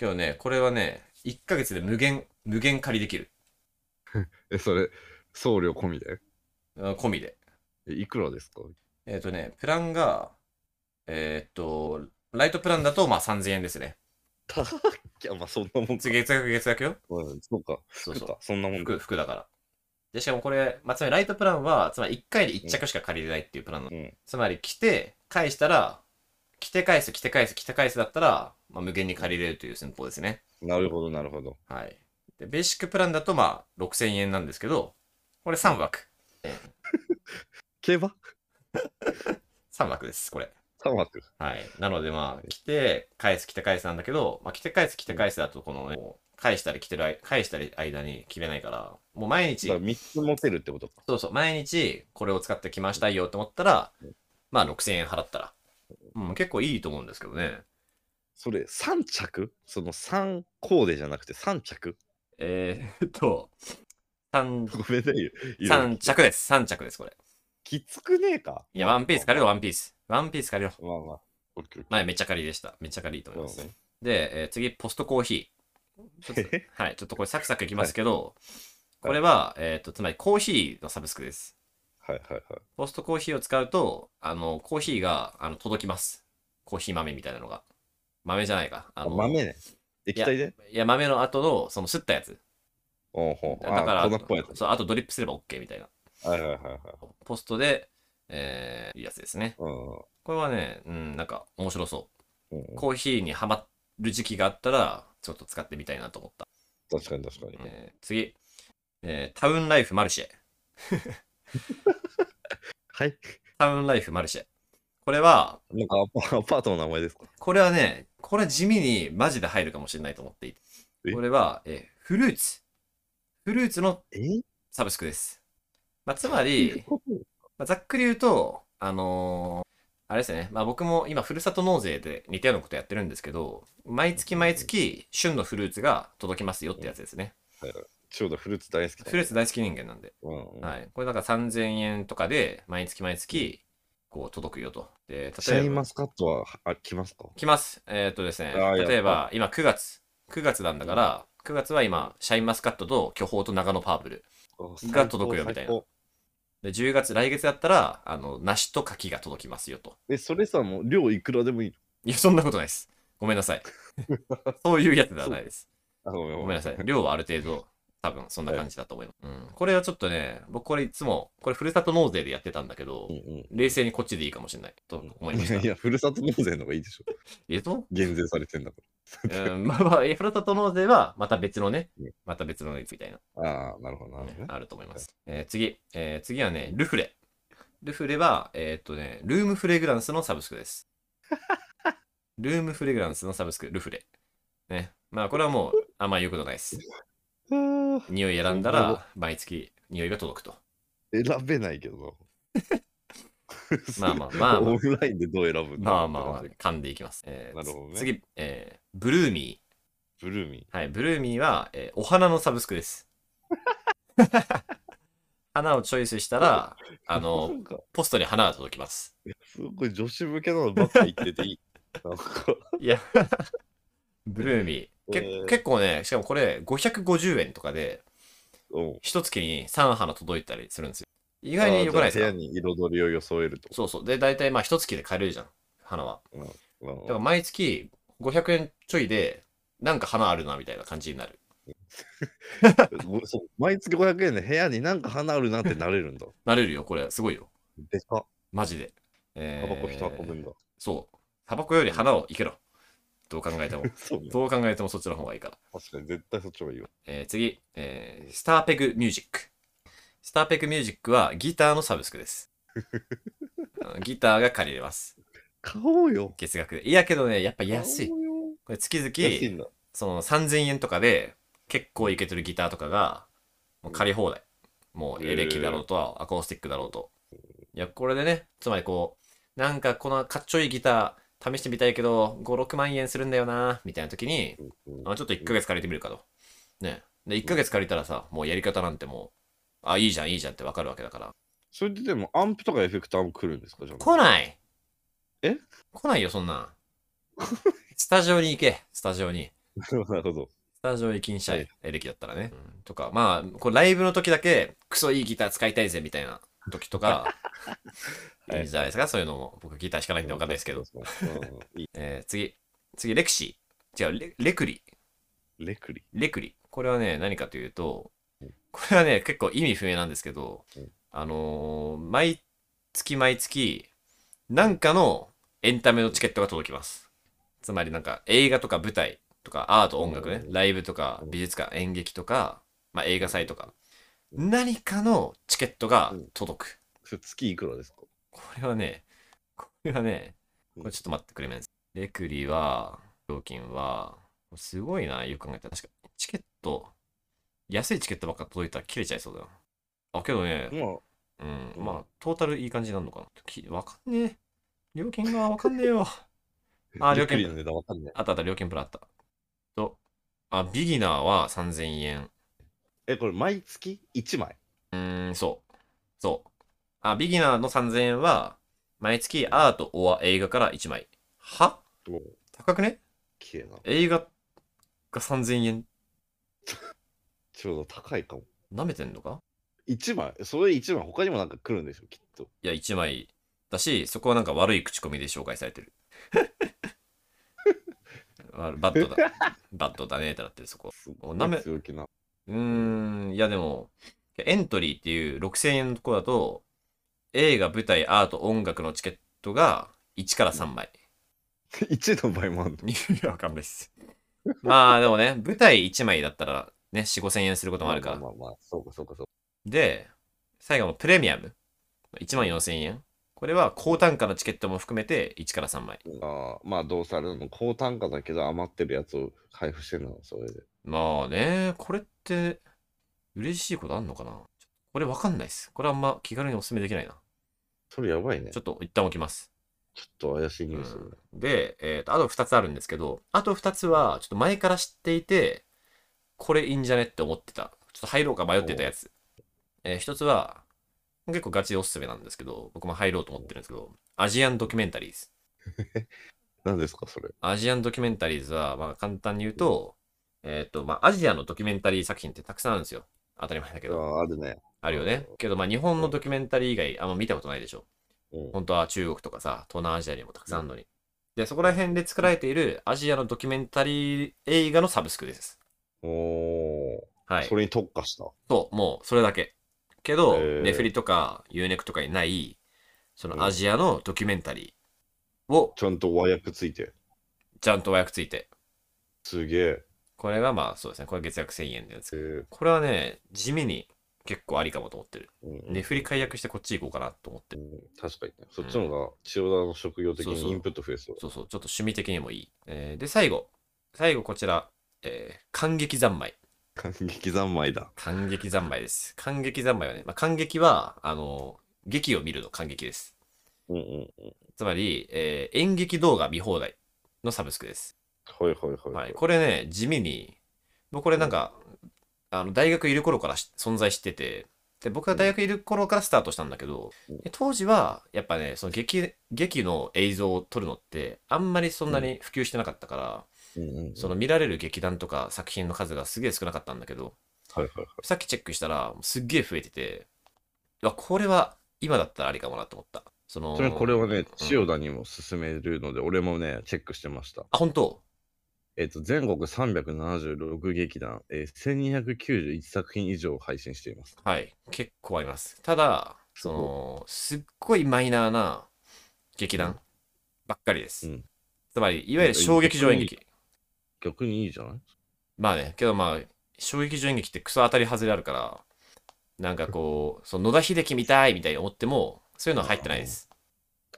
Speaker 2: 今日ね、これはね、1ヶ月で無限、無限借りできる。
Speaker 1: え、それ、送料込みで
Speaker 2: うん込みで。
Speaker 1: えいくらですか
Speaker 2: えっ、とね、プランがえーっと、ライトプランだと、まあ、3000円ですね。
Speaker 1: たっきゃ、まあそんなもんか
Speaker 2: 次、。月額、月額よ。
Speaker 1: うんそうか。
Speaker 2: そう
Speaker 1: 服
Speaker 2: そう
Speaker 1: か。そんなもん
Speaker 2: 服、
Speaker 1: か。
Speaker 2: 服だから。で、しかもこれ、まあ、つまりライトプランは、つまり1回で1着しか借りれないっていうプランなの。
Speaker 1: うん。
Speaker 2: つまり、着て、返したら、着て返す、着て返す、着て返すだったら、まあ、無限に借りれるという戦法ですね。
Speaker 1: なるほど、なるほど。
Speaker 2: はい。で、ベーシックプランだと、まあ、6000円なんですけど、これ3枠。
Speaker 1: 競馬
Speaker 2: 3枠です、これ。
Speaker 1: 三枠。
Speaker 2: はい。なのでまあ、来て、返す、来て返すなんだけど、まあ、来て返す、来て返すだと、このね、もう返したり来てる間、返したり間に切れないから、もう毎日
Speaker 1: だか、ら3つ持てるってことか。
Speaker 2: そうそう、毎日これを使って来ましたいよと思ったら
Speaker 1: うん、
Speaker 2: まあ6000円払ったら。うん、結構いいと思うんですけどね。
Speaker 1: それ3着その3コーデじゃなくて3着
Speaker 2: えー、っと、3、
Speaker 1: ごめんね。色
Speaker 2: 三着です。3着です、これ。
Speaker 1: きつくねえか
Speaker 2: いや、ワンピース借りろ、ワンピース。ワンピース借りろ。
Speaker 1: まあまあ。オッケーオッケ
Speaker 2: まあ、めっちゃ借りでした。めっちゃ借りいいと
Speaker 1: ー
Speaker 2: 思います。
Speaker 1: そうね
Speaker 2: で、えー次、ポストコーヒー。ちょっと
Speaker 1: え
Speaker 2: はい、ちょっとこれサクサクいきますけど、これは、えっ、と、つまりコーヒーのサブスクです。
Speaker 1: はいはいはい。
Speaker 2: ポストコーヒーを使うと、あの、コーヒーが、あの、届きます。コーヒー豆みたいなのが。豆じゃないか。あ
Speaker 1: あ
Speaker 2: の
Speaker 1: 豆ね。液体で
Speaker 2: いや、豆の後の、その、吸ったやつ。
Speaker 1: おうほう
Speaker 2: だから、
Speaker 1: あ粉っぽいやつ。
Speaker 2: そう、あとドリップすれば OK みたいな。
Speaker 1: はいはいはいはい。
Speaker 2: ポストで、えー、いいやつですね。
Speaker 1: う
Speaker 2: これはね、うん、なんか、面白そ
Speaker 1: ん。う
Speaker 2: う。
Speaker 1: ん
Speaker 2: コーヒーにハマる時期があったら、ちょっと使ってみたいなと思った。
Speaker 1: 確かに確かに。
Speaker 2: えー次、えータウンライフマルシェ。
Speaker 1: はい。
Speaker 2: タウンライフマルシェ。これは、
Speaker 1: なんかアパアパートの名前ですか
Speaker 2: これはね、これは地味にマジで入るかもしれないと思っていて。
Speaker 1: え
Speaker 2: これは、えーフルーツ。フルーツの
Speaker 1: え
Speaker 2: サブスクです。まあ、つまり、まあざっくり言うと、あのーあれですね、まあ、僕も今、ふるさと納税で似たようなことやってるんですけど、毎月毎月、旬のフルーツが届きますよってやつですね。
Speaker 1: ちょうどフルーツ大好きだ
Speaker 2: フルーツ大好き人間なんで。
Speaker 1: うんうん
Speaker 2: はい。これだから3000円とかで、毎月毎月、こう、届くよと。で、
Speaker 1: シ
Speaker 2: 例
Speaker 1: ャ
Speaker 2: え
Speaker 1: イン
Speaker 2: ば
Speaker 1: マ、スカットはあ来ますか
Speaker 2: 来ます。えーっとですね、
Speaker 1: あーやっぱ
Speaker 2: 例えば、今9月、9月なんだから、9月は今、シャインマスカットと巨峰と長野パーブル。が届くよみたいな。
Speaker 1: 最高
Speaker 2: で、10月、来月だったら、あの、梨と柿が届きますよと。
Speaker 1: え、それさ、もう量いくらでもいいの
Speaker 2: いや、そんなことないです。ごめんなさ い。そういうやつではないです。
Speaker 1: あ、ごめん
Speaker 2: ごめんなさい。量はある程度、多分そんな感じだと思います。うん。これはちょっとね、僕これいつも、これふるさと納税でやってたんだけど、
Speaker 1: うん
Speaker 2: 冷静にこっちでいいかもしれないと
Speaker 1: うん
Speaker 2: 思いました。
Speaker 1: いや、ふるさと納税の方がいいでしょ。
Speaker 2: えっと、
Speaker 1: 減税されてんだか
Speaker 2: うん、まあまあ、エフラタと納税はまた別のね
Speaker 1: うん、
Speaker 2: また別のやつみたいな、
Speaker 1: ら。ああ、なるほどなる
Speaker 2: ね
Speaker 1: ほどね。
Speaker 2: あると思います。えー次、えー次はね、ルフレ。ルフレは、えーっとね、ルームフレグランスのサブスク です。ルームフレグランスのサブスク、ルフレ。ね。まあ、これはもう、あんまり言うことない です。
Speaker 1: あー
Speaker 2: 匂い選んだ
Speaker 1: なるほ
Speaker 2: ら、毎月匂いが届くと。
Speaker 1: 選べないけどな
Speaker 2: ま あまあまあまあ
Speaker 1: オンラインでどう選ぶんだ
Speaker 2: まあまあまあ
Speaker 1: って感じ、
Speaker 2: 噛んでいきます。えー
Speaker 1: なるほどね
Speaker 2: 次、えーブルーミ
Speaker 1: ブルーミ
Speaker 2: ー。はい、ブルーミーは、えーお花のサブスクです。 花をチョイスしたら、あ
Speaker 1: ー。
Speaker 2: の
Speaker 1: な、んか、
Speaker 2: ポストに花が届きます。
Speaker 1: すごい女子向けなのばっか言ってていい。なんか、
Speaker 2: いや、ブルーミー。け
Speaker 1: えー
Speaker 2: 結構ね、しかもこれ550円とかで、
Speaker 1: うん。
Speaker 2: 一月に3花届いたりするんですよ。意外に良くない
Speaker 1: あーじゃ
Speaker 2: で
Speaker 1: あ
Speaker 2: す
Speaker 1: 部
Speaker 2: か
Speaker 1: 屋に彩りを装えると。
Speaker 2: そうそう。で、大体まあ一月で買えるじゃん、花は。
Speaker 1: うん
Speaker 2: だから毎月500円ちょいで、なんか花あるな、みたいな感じになる。
Speaker 1: ごそう毎月500円で部屋になんか花あるなってなれるんだ。
Speaker 2: なれるよ、これ。すごいよ。
Speaker 1: でかっ。
Speaker 2: マジで。え
Speaker 1: タ
Speaker 2: ー
Speaker 1: バコ一箱分だ。
Speaker 2: そう。タバコより花をいけろ。どう考えても。
Speaker 1: そうね。
Speaker 2: どう考えてもそっちの方がいいから。
Speaker 1: 確かに絶対そっちもいいよ。
Speaker 2: えー次、えースターペグミュージック。スターペグミュージックはギターのサブスクです。あのギターが借りれます。
Speaker 1: 買おうよ。
Speaker 2: 月額で。いやけどね、やっぱ安い
Speaker 1: 買。おうよ
Speaker 2: これ月
Speaker 1: 安い
Speaker 2: 々、
Speaker 1: んだ。
Speaker 2: その3000円とかで結構いけてるギターとかが、もう借り放題。もうエレキだろうと、アコースティックだろうと。いや、これでね、つまりこう、なんかこのかっちょいいギター試してみたいけど、5、6万円するんだよな、みたいな時に、
Speaker 1: うん
Speaker 2: あちょっと1ヶ月借りてみるかと。ね。で、1ヶ月借りたらさ、もうやり方なんてもう、あ、いいじゃん、いいじゃんってわかるわけだから。
Speaker 1: それででもアンプとかエフェクターも来るんですかじゃあ
Speaker 2: 来ない
Speaker 1: え
Speaker 2: 来ないよ、そんなん。スタジオに行け、スタジオに。
Speaker 1: なるほど。
Speaker 2: スタジオ行きんしゃ
Speaker 1: はいい、
Speaker 2: エレキだったらね。うんとか、まあ、こうライブの時だけ、クソいいギター使いたいぜ、みたいな時とか、
Speaker 1: はい
Speaker 2: いいじゃないですか、そういうのも。僕ギター弾かないんでわかんないですけど。
Speaker 1: そうそうそううんいい
Speaker 2: えー次、次、レクシー。違う、レレクリ。
Speaker 1: レクリ。
Speaker 2: レクリ。これはね、何かというと
Speaker 1: うん、
Speaker 2: これはね、結構意味不明なんですけど
Speaker 1: うん、
Speaker 2: あのー毎月毎月、なんかのエンタメのチケットが届きます。つまりなんか映画とか舞台とかアート音楽ね
Speaker 1: う、ん
Speaker 2: ライブとか
Speaker 1: うん
Speaker 2: 美術館演劇とか、まあ、映画祭とか、何かのチケットが届く。
Speaker 1: それ月いくらですか
Speaker 2: これはね、これはね、
Speaker 1: うん
Speaker 2: これちょっと待ってくれめんす。レクリは、料金は、すごいな、よく考えたら。確かに、チケット、安いチケットばっか届いたら切れちゃいそうだよ。あ、けどね、
Speaker 1: まあ、
Speaker 2: うん、
Speaker 1: うん
Speaker 2: まあ、トータルいい感じになるのかな。きわかんねえ。料金がわかんねえよ。あ
Speaker 1: レ
Speaker 2: 了
Speaker 1: ク
Speaker 2: 解
Speaker 1: リの値段わかんない。
Speaker 2: あったあった、料金プランあった。と、あ、ビギナーは3000円。
Speaker 1: え、これ毎月1枚。
Speaker 2: うーん、そう。そう。あ、ビギナーの3000円は、毎月アート、オア、映画から1枚。は
Speaker 1: お
Speaker 2: 高くね
Speaker 1: 綺麗な。
Speaker 2: 映画が3000円
Speaker 1: ちょうど高いかも。
Speaker 2: 舐めてんのか
Speaker 1: 1枚それ1枚他にもなんか来るんでしょ、きっと。
Speaker 2: いや、1枚だし、そこはなんか悪い口コミで紹介されてる。 わバッドだ。バッドだねってなってる、そこ。
Speaker 1: す
Speaker 2: お
Speaker 1: ご
Speaker 2: なめ
Speaker 1: い強気な。
Speaker 2: うーん、いやでも、エントリーっていう6000円のとこだと、映画、舞台、アート、音楽のチケットが1から3枚。
Speaker 1: 1の倍もあんの
Speaker 2: いや、わかんないっす。まあでもね、舞台1枚だったらね、4、5000円することもあるから。
Speaker 1: まあまあまあ、そうかそうかそうか。
Speaker 2: で、最後のプレミアム。1万4000円。これは高単価のチケットも含めて1から3枚。
Speaker 1: あーまあどうせあれなの高単価だけど余ってるやつを配布してるのそれで。
Speaker 2: まあね、これって嬉しいことあんのかなこれわかんないっす。これあんま気軽にお勧めできないな。
Speaker 1: それやばいね。
Speaker 2: ち
Speaker 1: ちょ
Speaker 2: ょっと一旦置きます。
Speaker 1: っと怪しいニュースだね。
Speaker 2: で、えーと、あと2つあるんですけど、あと2つはちょっと前から知っていて、これいいんじゃねって思ってた。ちょっと入ろうか迷ってたやつ。えー、1つは、結構ガチでおすすめなんですけど、僕も入ろうと思ってるんですけど、アジアンドキュメンタリーズ。
Speaker 1: 何ですかそれ。
Speaker 2: アジアンドキュメンタリーズは、まあ簡単に言うと、えっ、と、まあアジアのドキュメンタリー作品ってたくさんあるんですよ。当たり前だけ
Speaker 1: あ
Speaker 2: ど。
Speaker 1: ーあるね。
Speaker 2: あるよね。けど、まあ日本のドキュメンタリー以外あんま見たことないでしょ。
Speaker 1: うん
Speaker 2: 本当は中国とかさ、東南アジアにもたくさんあるのに。で、そこら辺で作られているアジアのドキュメンタリー映画のサブスクです。
Speaker 1: おー、
Speaker 2: はい
Speaker 1: そ。れに特化した。
Speaker 2: そう、もうそれだけ。けど、
Speaker 1: へー
Speaker 2: レフェリとかユーネクとかにない、そのアジアのドキュメンタリーを
Speaker 1: ちゃんと和訳ついて。
Speaker 2: ちゃんと和訳ついて。
Speaker 1: すげえ。
Speaker 2: これがまあそうですね、これ月額1000円のやつ
Speaker 1: え。ー
Speaker 2: これはね、地味に結構ありかもと思ってる。
Speaker 1: うん
Speaker 2: ネフリ解約してこっち行こうかなと思って
Speaker 1: う
Speaker 2: る。
Speaker 1: ん確かにね。そっちの方が千代田の職業的
Speaker 2: そうそう
Speaker 1: にインプット増えそう。
Speaker 2: そうそう、ちょっと趣味的にもいい。えーで、最後。最後こちら。えー感激三昧。
Speaker 1: 感激三昧だ。
Speaker 2: 感激三昧です。 感激三昧はね、まあ、感激は、あの、劇を見るの感激です。
Speaker 1: うんうんうん。
Speaker 2: つまり、えー演劇動画見放題のサブスクです。
Speaker 1: はいはいは。
Speaker 2: はいい、これね、地味に、僕これなんか、あの大学いる頃からし存在してて、で僕が大学いる頃からスタートしたんだけど
Speaker 1: うん、
Speaker 2: で当時はやっぱね、その劇劇の映像を撮るのって、あんまりそんなに普及してなかったから、
Speaker 1: うんうんうん
Speaker 2: その見られる劇団とか作品の数がすげえ少なかったんだけど、
Speaker 1: はいはいはい。
Speaker 2: さっきチェックしたら、すっげえ増えてて、うわこれは今だったらありかもなと思った。その
Speaker 1: ちなみにこれはね、千
Speaker 2: うん
Speaker 1: 代田にも勧めるので、俺もね、チェックしてました。
Speaker 2: あ、本当
Speaker 1: えっ、と、全国376劇団、えー、1291作品以上を配信しています。
Speaker 2: はい、結構あります。ただ、その、すっごいマイナーな劇団ばっかりです。
Speaker 1: うん
Speaker 2: つまり、いわゆる小劇場演劇。
Speaker 1: 逆にいいじゃない
Speaker 2: まあね、けどまあ、小劇場演劇ってクソ当たり外れあるから、なんかこう、その野田秀樹見たいみたいに思っても、そういうのは入ってないです。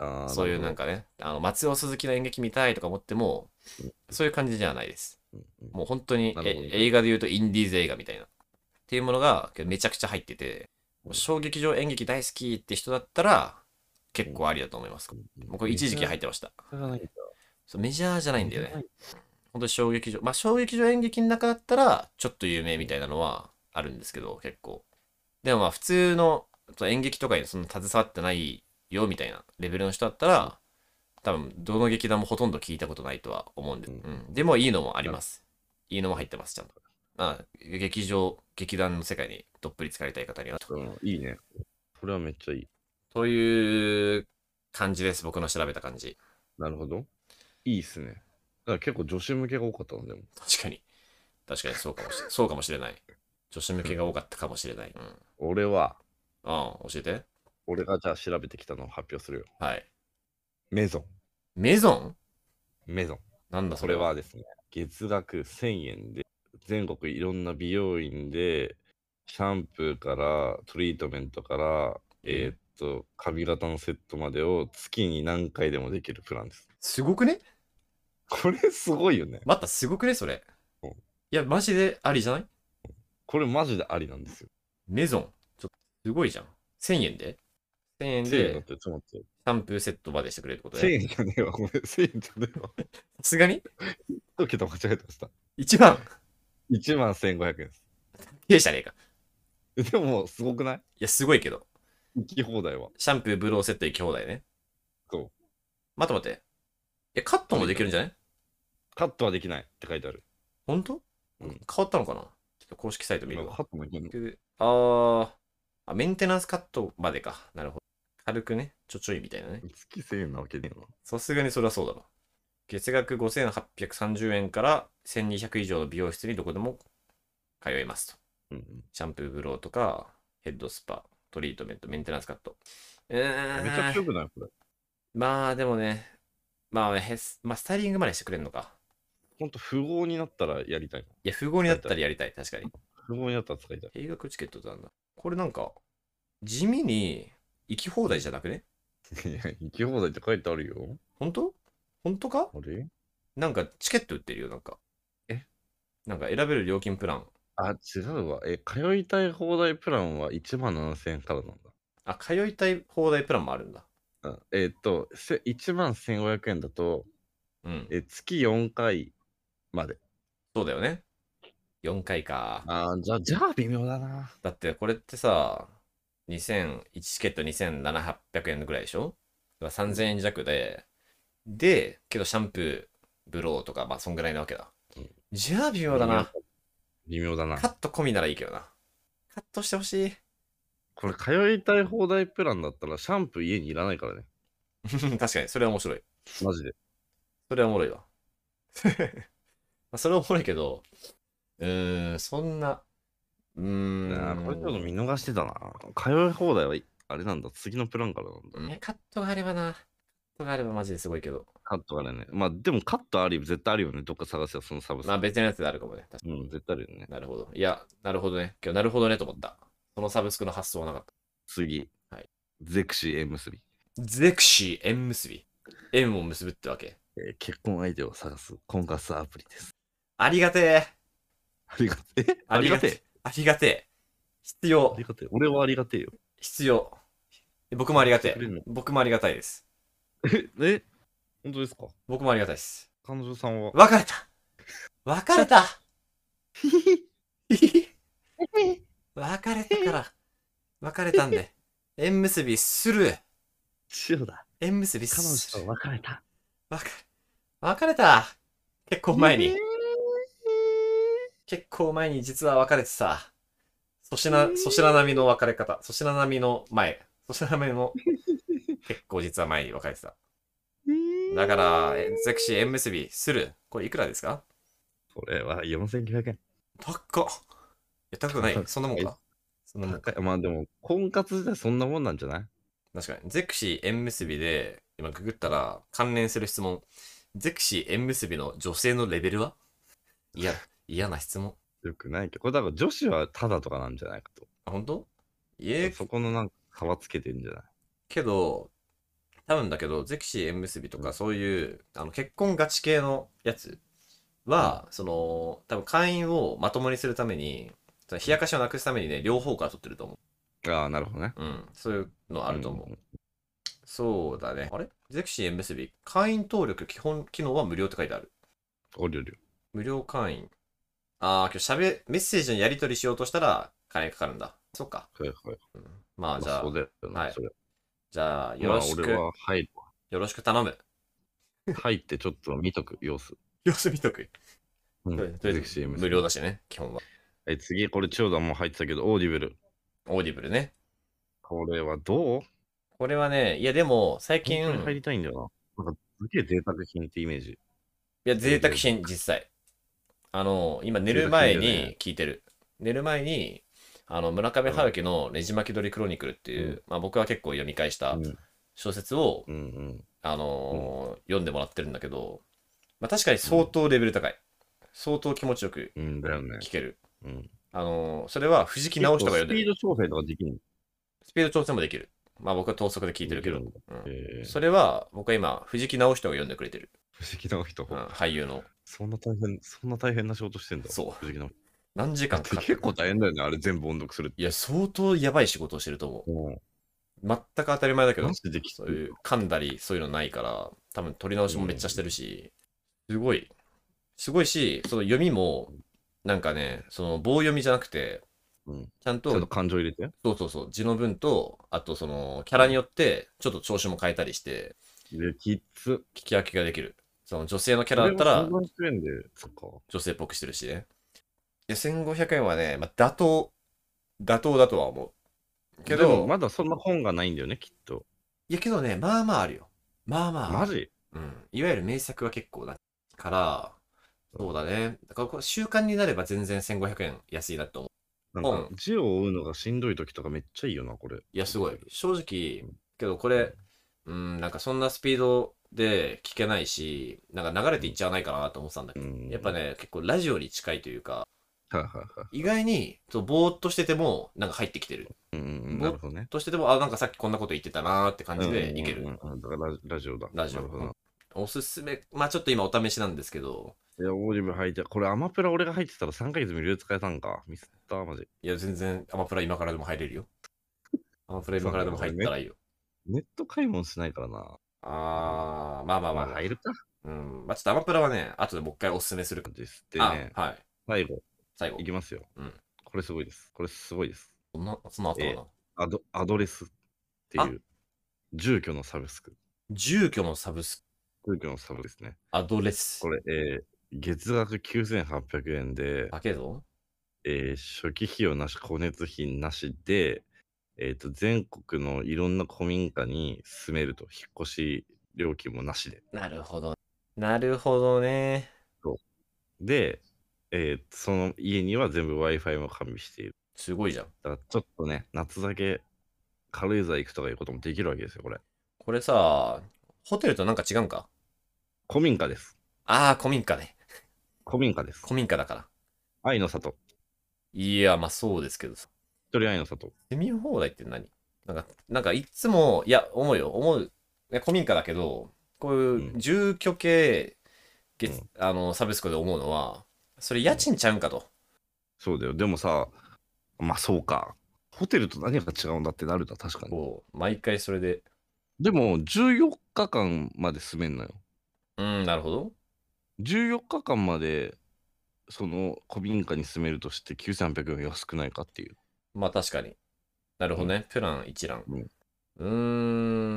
Speaker 1: あー
Speaker 2: そういうなん
Speaker 1: る
Speaker 2: かね、あの松尾鈴木の演劇見たいとか思っても、そういう感じじゃないです。
Speaker 1: ほどうんうん
Speaker 2: もう本当に
Speaker 1: なるほど
Speaker 2: え映画で言うとインディーズ映画みたいな。っていうものがめちゃくちゃ入ってて、
Speaker 1: うん
Speaker 2: 小劇場演劇大好きって人だったら結構ありだと思います。もうこれ一時期入っ
Speaker 1: メ
Speaker 2: てました。
Speaker 1: ジャーじゃないんだ
Speaker 2: そうメジャーじゃないんだよ
Speaker 1: メジャー
Speaker 2: ね。本当に小劇場。まあ小劇場演劇の中だったらちょっと有名みたいなのはあるんですけど、結構。でもまあ普通のそう演劇とかにそんな携わってないよみたいなレベルの人だったら、多分どの劇団もほとんど聞いたことないとは思うんで、
Speaker 1: う
Speaker 2: うんんでもいいのもあります。いいのも入ってます、ちゃんと。まあ、劇場、劇団の世界にどっぷり浸かりたい方にはと。
Speaker 1: うんいいね。これはめっちゃいい。
Speaker 2: という感じです、僕の調べた感じ。
Speaker 1: なるほど。いいっすね。だから結構女子向けが多かったのでも。
Speaker 2: 確かに。確かにそうかもしれそうかもしれない。女子向けが多かったかもしれない。うん。うん、
Speaker 1: 俺は、
Speaker 2: 教えて。
Speaker 1: 俺がじゃあ調べてきたのを発表するよ。
Speaker 2: はい。
Speaker 1: メゾ
Speaker 2: メゾン
Speaker 1: ン。メゾン。
Speaker 2: なんだそ
Speaker 1: こ
Speaker 2: れ
Speaker 1: れ
Speaker 2: は。
Speaker 1: はですね、月額1000円で、全国いろんな美容院で、シャンプーからトリートメントから、えーっと、髪型のセットまでを月に何回でもできるプランです。
Speaker 2: すごくね
Speaker 1: これすごいよね。
Speaker 2: またすごくねそれ
Speaker 1: うん。
Speaker 2: いや、マジでありじゃない
Speaker 1: これマジでありなんですよ。
Speaker 2: メゾン。ちょっとすごいじゃん。1000円で ?1000 円
Speaker 1: 1000円だっ
Speaker 2: で
Speaker 1: て、ちょっと待って。
Speaker 2: シャンプーセットまでしてくれるってこと
Speaker 1: 1000
Speaker 2: で。
Speaker 1: 円じゃねえわ。ごめん、1000円じゃねえわ。
Speaker 2: さすがに
Speaker 1: 一桁間違えてました。
Speaker 2: ?1 万。
Speaker 1: 1万1500円です。
Speaker 2: 経営者ねえか。
Speaker 1: えでも、すごくない
Speaker 2: いや、すごいけど。
Speaker 1: 行き放題は。
Speaker 2: シャンプー、ブローセット行き放題ね。
Speaker 1: そう。
Speaker 2: 待って待って。え、カットもできるんじゃない
Speaker 1: カットはできないって書いてある。
Speaker 2: 本当、
Speaker 1: うん
Speaker 2: 変わったのかなちょっと公式サイト見
Speaker 1: 今
Speaker 2: る
Speaker 1: カ
Speaker 2: わ。
Speaker 1: ットもいけんの
Speaker 2: あーあ、メンテナンスカットまでか。なるほど。軽くね、ちょちょいみたいなね。
Speaker 1: 月1000円なわけねえな。
Speaker 2: さすがにそれはそうだろ。月額5830円から1200以上の美容室にどこでも通えますと。
Speaker 1: うん
Speaker 2: シャンプー、ブローとか、ヘッドスパ、トリートメント、メンテナンスカット。
Speaker 1: う
Speaker 2: う
Speaker 1: ん。めちゃくちゃ
Speaker 2: ー
Speaker 1: よ
Speaker 2: ん。
Speaker 1: くないこれ。
Speaker 2: まあでもね、まあ、へまあ、スタイリングまでしてくれんのか。
Speaker 1: ほんと、富豪になったらやりたいな。
Speaker 2: いや、富豪になったらやりたい、確かに。
Speaker 1: 富豪になったら使いたい。
Speaker 2: 定額チケットってなんだ。これなんか、地味に行き放題じゃなくね
Speaker 1: いや、行き放題って書いてあるよ。
Speaker 2: 本当本当か
Speaker 1: あれ
Speaker 2: なんかチケット売ってるよ、なんか。
Speaker 1: え
Speaker 2: なんか選べる料金プラン。
Speaker 1: あ、違うわ。え、通いたい放題プランは1万7000円からなんだ。
Speaker 2: あ、通いたい放題プランもあるんだ。
Speaker 1: うんえーっと、せ1万1500円だと、
Speaker 2: うん。
Speaker 1: え月4回まで。
Speaker 2: そうだよね。4回か。
Speaker 1: あーじゃあ、じゃあ微妙だな。
Speaker 2: だってこれってさ、2000、1チケット2700円ぐらいでしょだから ?3000 円弱で、で、けどシャンプー、ブローとか、まあそんぐらいなわけだ
Speaker 1: うん。
Speaker 2: じゃあ微妙だな。
Speaker 1: 微妙だな。
Speaker 2: カット込みならいいけどな。カットしてほしい。
Speaker 1: これ、通いたい放題プランだったら、シャンプー家にいらないからね。
Speaker 2: 確かに、それは面白い。
Speaker 1: マジで。
Speaker 2: それはおもろい わ。まあそれはおもろいけど、うーん、そんな、う
Speaker 1: いや
Speaker 2: ーん。
Speaker 1: ーこれちょっと見逃してたな。通い放題は、あれなんだ、次のプランからなんだ。
Speaker 2: うんカットがあればな。カットがあればマジですごいけど。
Speaker 1: カットがね。まあ、でもカットあり、絶対あるよね。どっか探せば、そのサブスク。
Speaker 2: まあ別のやつであるかもね。確か
Speaker 1: うん、絶対あるよね。
Speaker 2: なるほど。いや、なるほどね。今日なるほどねと思った。そのサブスクの発想はなかっ
Speaker 1: 次。
Speaker 2: はい
Speaker 1: ゼクシー縁結び。
Speaker 2: た。ゼクシー縁結び。縁を結ぶってわけ。
Speaker 1: えー結婚相手を探す婚活アプリです。
Speaker 2: ありがてえ。
Speaker 1: ありがてえ。ありがてえ。。
Speaker 2: ありがてえ。必要
Speaker 1: あり。がてえ。俺はありがてえよ。
Speaker 2: 必要。僕もありがて
Speaker 1: してくれる
Speaker 2: え
Speaker 1: の。
Speaker 2: 僕もありがたいです。
Speaker 1: え、え本当ですか
Speaker 2: 僕もありがたいです。
Speaker 1: 彼女さんは。
Speaker 2: 別れた別れた 別れたから別れたんで縁結びする
Speaker 1: 千代だ。
Speaker 2: 縁結び
Speaker 1: 彼女
Speaker 2: す
Speaker 1: と
Speaker 2: る
Speaker 1: 別れた。
Speaker 2: 別れ別れた結構前
Speaker 1: えー
Speaker 2: に結構前に実は別れてさ粗品粗品並みの別れ方粗品並みの前粗品並 みの結構実は前に別れてただからえゼクシー縁結びするこれいくらですか
Speaker 1: これは4900円。
Speaker 2: 高っいや高くない そんなもんかそんなもん
Speaker 1: 高いまあでも、婚活自体そんなもんなんじゃない
Speaker 2: 確かに。ゼクシー縁結びで、今ググったら関連する質問。ゼクシー縁結びの女性のレベルはいや、嫌な質問。
Speaker 1: よくないけど、これだから女子はタダとかなんじゃないかと。
Speaker 2: あ、本当いえ、
Speaker 1: そこのなんか皮つけてんじゃない
Speaker 2: けど、多分だけど、ゼクシー縁結びとかそういう、あの、結婚ガチ系のやつは、その、多分会員をまともにするために、その冷やかしをなくすためにね、両方から取ってると思
Speaker 1: ああ、なるほどね。
Speaker 2: う。うん。そういうのあると思う。
Speaker 1: ん
Speaker 2: そうだね。あれゼクシー縁結び、会員登録基本機能は無料って書いてある。
Speaker 1: おりおり。
Speaker 2: 無料会員。ああ、今日しゃべ、メッセージのやり取りしようとしたら金かかるんだ。そっか。
Speaker 1: はいはい。
Speaker 2: うんまあじ
Speaker 1: ま
Speaker 2: ゃ
Speaker 1: あ
Speaker 2: あ
Speaker 1: そう、だよな、
Speaker 2: はい
Speaker 1: それ。
Speaker 2: じゃあよ
Speaker 1: まあ
Speaker 2: ろしく、
Speaker 1: 俺は入るわ。
Speaker 2: よろしく頼む。
Speaker 1: 入ってちょっと見とく様子。
Speaker 2: 様子見とく。
Speaker 1: うん
Speaker 2: とりあえず
Speaker 1: ぜひ CM
Speaker 2: 無料だしね、基本は。
Speaker 1: え次、これ、千代田もう入ってたけど、オーディブル。
Speaker 2: オーディブルね。
Speaker 1: これはどう
Speaker 2: これはね、いやでも、最近、
Speaker 1: 本当に入
Speaker 2: い
Speaker 1: りたいんだよな。なんかすげえ贅沢品ってイメージ。
Speaker 2: や、贅沢品、実際。あの、今寝る前に聞いてる。寝る前に、あの、村上春樹のねじ巻き鳥クロニクルっていう、
Speaker 1: うん
Speaker 2: まあ僕は結構読み返した
Speaker 1: うん
Speaker 2: 小説を、
Speaker 1: うんうん。
Speaker 2: あのー読んでもらってるんだけど、まあ確かに相当レベル高い。相当気持ちよく
Speaker 1: うんだよね。
Speaker 2: 聞ける。
Speaker 1: うん。
Speaker 2: あのーそれは藤木直しとか読ん
Speaker 1: ス
Speaker 2: で
Speaker 1: ピー
Speaker 2: る。
Speaker 1: ド調整とかできるの
Speaker 2: スピード調整もできる。まあ僕は等速で聞いてるけど。
Speaker 1: でき
Speaker 2: うん
Speaker 1: えー、
Speaker 2: それは僕は今、藤木直人が読んでくれてる、
Speaker 1: 不思議な人、
Speaker 2: うん俳優の。
Speaker 1: そんな大変、そんな大変な仕事してんだ。
Speaker 2: そう
Speaker 1: 不思議な人
Speaker 2: 何時間かかって
Speaker 1: 結構大変だよね、あれ全部音読するって。
Speaker 2: いや、相当やばい仕事をしてると思う。
Speaker 1: うん。
Speaker 2: 全く当たり前だけど
Speaker 1: マ、ジでできそ
Speaker 2: そういう噛んだり、そういうのないから、多分取り直しもめっちゃしてるし、すごい、すごいし、その読みも、なんかね、その棒読みじゃなくて、
Speaker 1: うん
Speaker 2: ちゃん
Speaker 1: ちょっと
Speaker 2: と、
Speaker 1: 感情入れて。
Speaker 2: そうそうそう、字の文と、あとその、キャラによって、ちょっと調子も変えたりして、
Speaker 1: で、キッズ。
Speaker 2: 聞き分けができる。その女性のキャラだったら、
Speaker 1: 1500円で、そっか。
Speaker 2: 女性っぽくしてるしね。いや、1500円はね、まあ、妥当、妥当だとは思う。け
Speaker 1: で
Speaker 2: ど、
Speaker 1: もまだそんな本がないんだよね、きっと。
Speaker 2: いやけどね、まあまああるよ。まあまあある。
Speaker 1: マジ
Speaker 2: うん。いわゆる名作は結構だから、そうだね。だからこれ習慣になれば全然1500円安いなと思う。
Speaker 1: なんか
Speaker 2: う
Speaker 1: 字を追うのがしんどい時とかめっちゃいいよな、これ。
Speaker 2: いや、すごい。正直
Speaker 1: うん、
Speaker 2: けどこれ、うん、なんかそんなスピードで聞けないし、なんか流れていっちゃわないかなと思ってたんだけ
Speaker 1: う
Speaker 2: ど、
Speaker 1: ん。
Speaker 2: やっぱ。ね、結構ラジオに近いというか、
Speaker 1: はいはいは
Speaker 2: 意外に、そうぼーっとしてても、なんか入ってきてる。
Speaker 1: い。うんうんうん。
Speaker 2: ぼ
Speaker 1: なるほどね。
Speaker 2: としてでも、あ、なんかさっきこんなこと言ってたなーって感じでいける。
Speaker 1: うんうんうんだからラジラジオだ。
Speaker 2: ラジオ
Speaker 1: なるほどな
Speaker 2: おすすめ、まあちょっと今お試しなんですけど、
Speaker 1: いや、オーディブル入って、これアマプラ俺が入ってたら3ヶ月無料で使えたんか。ミスった、マジ。
Speaker 2: いや、全然アマプラ今からでも 入れるよ。アマプラ今からでも入ったらいいよ。
Speaker 1: ネット買い物しないからな。
Speaker 2: あー、まあまあま
Speaker 1: ま
Speaker 2: あ、
Speaker 1: あ、入るか。
Speaker 2: うん。まあちょっとアマプラはね、後でもう一回おすすめするか
Speaker 1: ですって
Speaker 2: ら。
Speaker 1: ね、
Speaker 2: あ、はい。
Speaker 1: 最後、
Speaker 2: 最後
Speaker 1: い。きますよ。
Speaker 2: うん
Speaker 1: これすごいです。これすごいです。
Speaker 2: そんな、そんなあったかな。
Speaker 1: アドアドレスっていう、住居のサブスク。
Speaker 2: 住居のサブス
Speaker 1: 住居のサブですね。
Speaker 2: ク、アドレス
Speaker 1: こ。れ、えー月額9800円で、
Speaker 2: だけど、
Speaker 1: えー初期費用なし、光熱費なしで、えー、と全国のいろんな古民家に住めると、引っ越し料金もなしで。
Speaker 2: なるほど。なるほどね。
Speaker 1: で、えーその家には全部 Wi-Fi も完備している。
Speaker 2: すごいじゃん。
Speaker 1: だからちょっとね、夏だけ軽井沢行くとかいうこともできるわけですよ、これ。
Speaker 2: これさ、ホテルとなんか違うんか
Speaker 1: 古民家です。
Speaker 2: あー、古民家ね。
Speaker 1: 古民家です。
Speaker 2: 古民家だから。
Speaker 1: 愛の里。
Speaker 2: いや、まあそうですけどさ。
Speaker 1: 一人愛の里。
Speaker 2: 住み放題って何なんか、なんかいつも、いや、思うよ、思う。ね、古民家だけど、こういうう住居系、月
Speaker 1: うん
Speaker 2: あの、サブスクで思うのは、それ家賃ちゃうんかと。
Speaker 1: そうだよ。でもさ、まあそうか。ホテルと何が違うんだってなるな、確かに。
Speaker 2: こう、毎回それで。
Speaker 1: でも、14日間まで住めんのよ。
Speaker 2: うん、なるほど。
Speaker 1: 14日間まで、その古民家に住めるとして9300円は安くないかっていう。
Speaker 2: まあ確かに。なるほどね。プラン一覧。
Speaker 1: うん
Speaker 2: う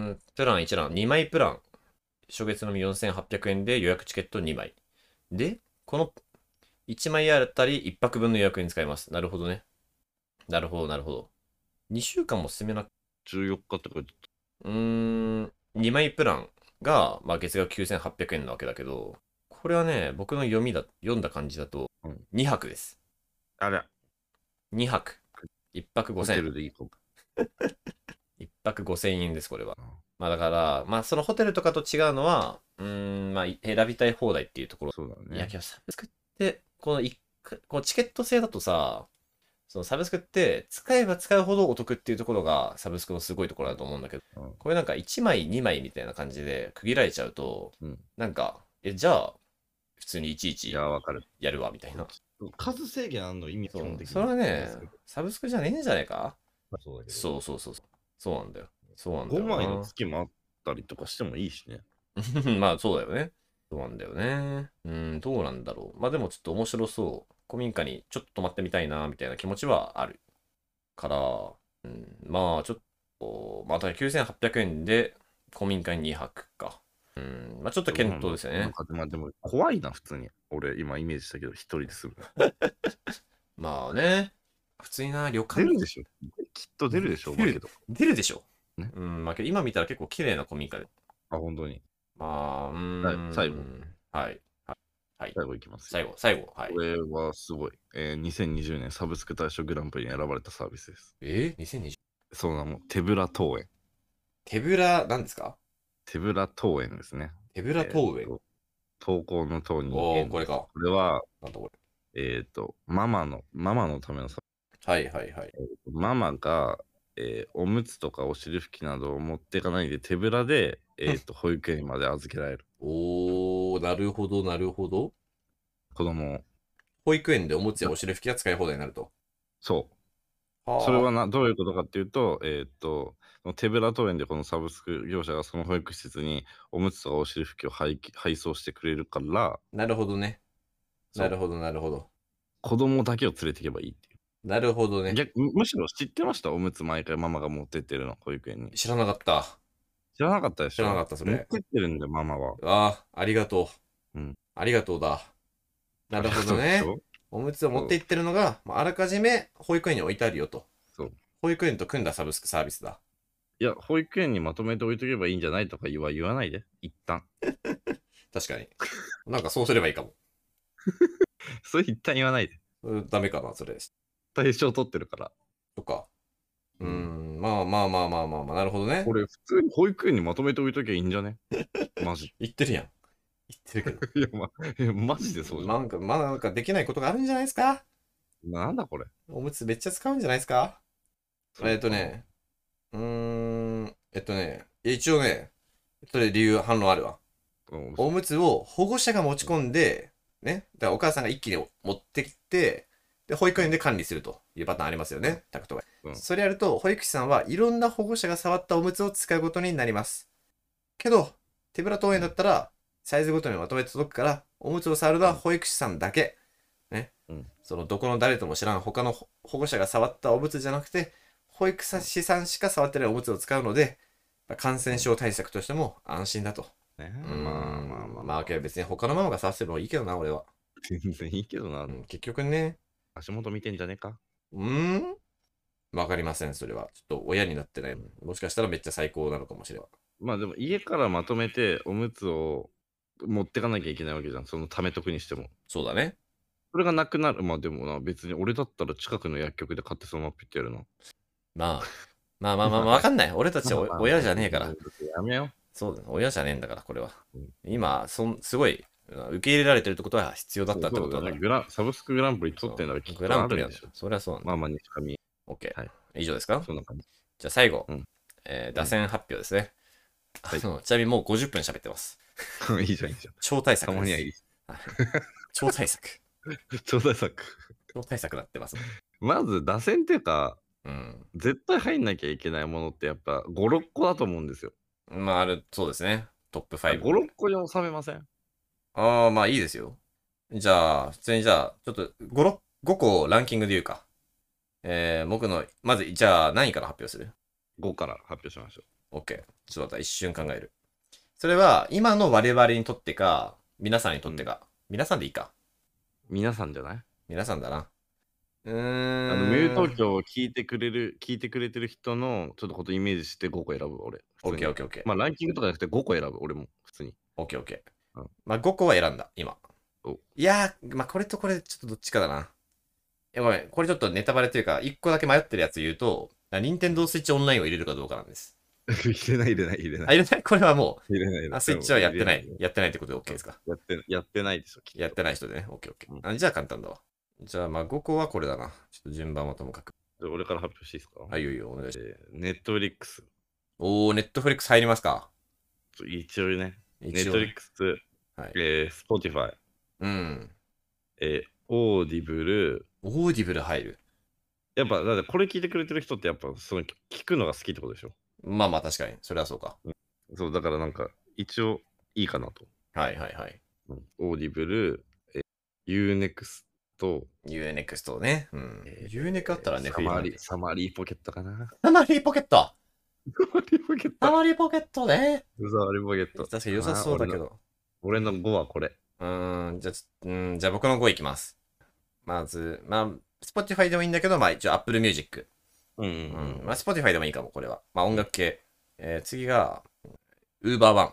Speaker 2: ーん、プラン一覧。2枚プラン。初月のみ4800円で予約チケット2枚。で、この1枚あたり1泊分の予約に使えます。なるほどね。なるほど、なるほど。2週間も進めなく、
Speaker 1: 14日とか、
Speaker 2: うーん、2枚プランが、まあ、月額9800円なわけだけど、これはね、僕の読みだ、読んだ感じだと
Speaker 1: うん、
Speaker 2: 2泊です。
Speaker 1: あれ、
Speaker 2: 2泊。1泊
Speaker 1: ホテ
Speaker 2: 5000円
Speaker 1: ル。でいいかも。
Speaker 2: 1泊5000円です、これは
Speaker 1: うん。
Speaker 2: まあだから、まあそのホテルとかと違うのは、うーん、まあ選びたい放題っていうところ。
Speaker 1: そうだ
Speaker 2: いや、
Speaker 1: ね。
Speaker 2: けどサブスクって、この一回このチケット制だとさ、そのサブスクって使えば使うほどお得っていうところがサブスクのすごいところだと思うんだけど、
Speaker 1: うん
Speaker 2: これなんか1枚2枚みたいな感じで区切られちゃうと、
Speaker 1: うん
Speaker 2: なんか、え、じゃあ普通にいちい
Speaker 1: い
Speaker 2: ち
Speaker 1: や、わかる。
Speaker 2: やるわみたいな。
Speaker 1: 数制限あんの意味基
Speaker 2: そ
Speaker 1: 本
Speaker 2: う
Speaker 1: 的に
Speaker 2: それはね、サブスクじゃねえんじゃねえか
Speaker 1: そうだけど
Speaker 2: そうそうそうそう。そうなんだよ。そうなんだよ
Speaker 1: 5
Speaker 2: な。
Speaker 1: 枚の月もあったりとかしてもいいしね。
Speaker 2: うん まあそうだよね。そうなんだよね。うん、どうなんだろう。まあでもちょっと面白そう。古民家にちょっと泊まってみたいな、みたいな気持ちはある。から、うん、まあちょっと、まあ、た9800円で古民家に2泊か。うん、まあちょっと検討ですよ
Speaker 1: なん
Speaker 2: ね。
Speaker 1: かでもでも怖いな、普通に。俺、今イメージしたけど、一人でする。
Speaker 2: まあね。普通にな、旅館
Speaker 1: 出るでしょ。きっと出るでしょ、お化けとか。
Speaker 2: 出るでしょ。
Speaker 1: ね。
Speaker 2: うん、まあけど今見たら結構綺麗な古民家で。
Speaker 1: あ、本当に。
Speaker 2: まあ、うー
Speaker 1: は
Speaker 2: ん。
Speaker 1: い最後。
Speaker 2: はい。
Speaker 1: 最後いきますよ。
Speaker 2: 最後、最後。はい
Speaker 1: こ。れはすごい、えー2020年サブスク大賞グランプリに選ばれたサービスです。
Speaker 2: え ?2020?
Speaker 1: その名も手ぶら登園。
Speaker 2: 手ぶら、なんですか
Speaker 1: 手ぶら登園ですね。
Speaker 2: 手ぶら
Speaker 1: 登
Speaker 2: 東園。
Speaker 1: 投稿の塔に
Speaker 2: おお
Speaker 1: 園
Speaker 2: これか。
Speaker 1: これは、
Speaker 2: なんだこ
Speaker 1: えっ、と、ママの、ママのためのサ
Speaker 2: れ。はいはいはい。
Speaker 1: ママが、えーおむつとかお尻拭きなどを持っていかないで手ぶらで、え ー、と保育園まで預けられる
Speaker 2: おー、なるほどなるほど。
Speaker 1: 子供を
Speaker 2: 保育園でおもちやお尻拭きが使い放題になると。
Speaker 1: そう
Speaker 2: はあ
Speaker 1: それはなどういうことかっていうと,、えー、とこの手ぶら登園でこのサブスク業者がその保育施設におむつとかお尻拭きを配き配送してくれるから
Speaker 2: なるほどね。
Speaker 1: そう
Speaker 2: なるほどなるほど。
Speaker 1: 子供だけを連れていけばいいっていう
Speaker 2: なるほどね。
Speaker 1: 逆むむしろ知ってましたおむつ毎回ママが持ってってるの保育園に
Speaker 2: 知らなかった。あ
Speaker 1: 知らなかったでしょ
Speaker 2: 知らなかったそれ
Speaker 1: 持ってってるんだよママは
Speaker 2: あー、ありがとう。
Speaker 1: うん
Speaker 2: ありがとうだ。なるほど
Speaker 1: そうでし
Speaker 2: ね。
Speaker 1: ょ
Speaker 2: おむつを持って行ってるのが、まああらかじめ保育園に置いてあるよと。
Speaker 1: そう
Speaker 2: 保育園と組んだサブスクサービスだ。
Speaker 1: いや、保育園にまとめて置いとけばいいんじゃないとか言わ言わないで、一旦。
Speaker 2: 確かに。なんかそうすればいいかも。
Speaker 1: それ一旦言わないで。
Speaker 2: うんダメかな、それ。
Speaker 1: 対象取ってるから。
Speaker 2: とか。うーん、まあまあまあまあまあまあ、なるほどね。
Speaker 1: 俺、普通に保育園にまとめて置いとけばいいんじゃねマジ。
Speaker 2: 言ってるやん。言ってるけ
Speaker 1: いや、ま、いやマジでそう
Speaker 2: ど。
Speaker 1: じゃ
Speaker 2: なんか、まあなんかできないことがあるんじゃないですか
Speaker 1: ん。なんだこれ。
Speaker 2: おむつめっちゃ使うんじゃないですかえっと。ね、うーん、えっとね、一応ね、それ理由、反論あるわ。
Speaker 1: うん
Speaker 2: おむつを保護者が持ち込んで、ね、だからお母さんが一気に持ってきて、で、保育園で管理するというパターンありますよね、タクトが。
Speaker 1: うん
Speaker 2: それやると、保育士さんはいろんな保護者が触ったおむつを使うことになります。けど、手ぶら登園だったら、サイズごとにまとめて届くから、おむつを触るのは保育士さんだけ。ね
Speaker 1: うん。
Speaker 2: その、どこの誰とも知らん他の保保護者が触ったおむつじゃなくて、保育士さんしか触ってないおむつを使うので、まあ感染症対策としても安心だと。
Speaker 1: ね
Speaker 2: うーん
Speaker 1: まあまあまあ、
Speaker 2: まあけど別に他のママが触ってもいいけどな、俺は。
Speaker 1: 全然いいけどな。
Speaker 2: うん、結局ね、
Speaker 1: 足元見てんじゃねえか。
Speaker 2: うーんわかりません、それは。ちょっと親になってない。もしかしたらめっちゃ最高なのかもしれない。
Speaker 1: まあでも、家からまとめておむつを持ってかなきゃいけないわけじゃん。そのためとくにしても。
Speaker 2: そうだね。
Speaker 1: それがなくなる。まあでもな、別に俺だったら近くの薬局で買ってそのままピッてやるな。
Speaker 2: まあ、まあまあまあまあ、わかんない。俺たちは
Speaker 1: まあまあま
Speaker 2: お
Speaker 1: あ
Speaker 2: 親じゃねえから
Speaker 1: や。めよう。
Speaker 2: そうだね。親じゃねえんだから、これは
Speaker 1: うん。
Speaker 2: 今、そんすごい、うん受け入れられてるってことは必要だったってことだ
Speaker 1: そう
Speaker 2: か
Speaker 1: だ
Speaker 2: ら
Speaker 1: ね。。グランサブスクグランプリ取ってんだからきっ
Speaker 2: グ
Speaker 1: と
Speaker 2: ラ
Speaker 1: あ
Speaker 2: ンプリ
Speaker 1: る
Speaker 2: なん
Speaker 1: で
Speaker 2: だ
Speaker 1: しょ。
Speaker 2: そりゃそうなんだ。
Speaker 1: ママにしか見え
Speaker 2: OK
Speaker 1: はい。
Speaker 2: 以上ですか
Speaker 1: そんな感じ。
Speaker 2: じゃあ最後
Speaker 1: うん、
Speaker 2: えー打線発表ですね。
Speaker 1: はい
Speaker 2: あのちなみにもう50分喋ってます。
Speaker 1: いいじゃん、いいじゃん。
Speaker 2: 超対
Speaker 1: た
Speaker 2: 策
Speaker 1: ま
Speaker 2: で
Speaker 1: には
Speaker 2: す
Speaker 1: い。い。
Speaker 2: 超対策。
Speaker 1: 超大作。
Speaker 2: 超対策なってます。
Speaker 1: まず、打線っていうか、
Speaker 2: うん。
Speaker 1: 絶対入んなきゃいけないものってやっぱ5、6個だと思うんですよ。
Speaker 2: まあ、あれ、そうですね。トップ
Speaker 1: 5、
Speaker 2: 5。
Speaker 1: 6個に収めません
Speaker 2: ああ、まあいいですよ。じゃあ、普通にじゃあ、ちょっと5、6 5個ランキングで言うか。えー、僕の、まず、じゃあ何位から発表する
Speaker 1: ?5 から発表しましょ
Speaker 2: ?OK。ちょっと待って、一瞬考える。それは、今の我々にとってか、皆さんにとってか、皆さんでいいか。
Speaker 1: う。皆さんじゃない
Speaker 2: 皆さんだな。うー
Speaker 1: あ
Speaker 2: ん。
Speaker 1: の、ミュート教を聞いてくれる、聞いてくれてる人のちょっとことイメージして5個選ぶ、俺。
Speaker 2: オッケーオッ
Speaker 1: ケ
Speaker 2: ケーオッケー。
Speaker 1: まあ、ランキングとかじゃなくて5個選ぶ、俺も、普通に。
Speaker 2: オッケーオッケ
Speaker 1: う
Speaker 2: ー
Speaker 1: ん。
Speaker 2: まあ5個は選んだ、今
Speaker 1: お。
Speaker 2: いやー、まあこれとこれちょっとどっちかだな。いやごめん、これちょっとネタバレというか、1個だけ迷ってるやつ言うと、任天堂スイッチオンラインを入れるかどうかなんです。
Speaker 1: 入れない、入れない、入れ
Speaker 2: あ、
Speaker 1: ない。
Speaker 2: 入れないこれはも
Speaker 1: 入れない入れ
Speaker 2: う、
Speaker 1: ない。
Speaker 2: あスイッチはやってな
Speaker 1: 入
Speaker 2: い
Speaker 1: れ。
Speaker 2: やってないってことで OK ですか。
Speaker 1: やってやってないでしょ、きっと
Speaker 2: やってない人でね、OK、OK。あじゃあ簡単だわ。じゃあまあ5個はこれだな。ちょっと順番はともかく。
Speaker 1: じゃあ俺から発表していいですか
Speaker 2: あ、いいよいいよ、お願いします。
Speaker 1: ネットフリックス。
Speaker 2: おー、ネットフリックス入りますか
Speaker 1: 一応ね。ネッ
Speaker 2: 一
Speaker 1: ト
Speaker 2: 応
Speaker 1: フリックス、
Speaker 2: はい。
Speaker 1: えー、Spotify、
Speaker 2: うん。
Speaker 1: えー、オーディブル。
Speaker 2: オーディブル入る。
Speaker 1: やっぱ、だってこれ聞いてくれてる人って、やっぱ、その、聞くのが好きってことでしょ。
Speaker 2: まあまあ確かに、それはそうか。
Speaker 1: そう、だからなんか、一応、いいかなと。
Speaker 2: はいはいはい。
Speaker 1: オーディブル、えー、UNEXT、
Speaker 2: UNEXT ね。うん。UNEXT あったらね、
Speaker 1: サマーリサマリーポケットかな。
Speaker 2: サマリーポケット
Speaker 1: サマリーポケット。
Speaker 2: サマリーポケットね。
Speaker 1: サマリーポケット。
Speaker 2: 確かに良さそうだけど。
Speaker 1: 俺の。俺の5はこれ。
Speaker 2: うーん、じゃあちょ、うん、じゃあ僕の5いきます。まず、まあ、Spotify でもいいんだけど、まあ一応 Apple Music。
Speaker 1: うんう
Speaker 2: うんん。まあ、Spotify でもいいかも、これは。まあ、音楽系。えー次が、Uber One。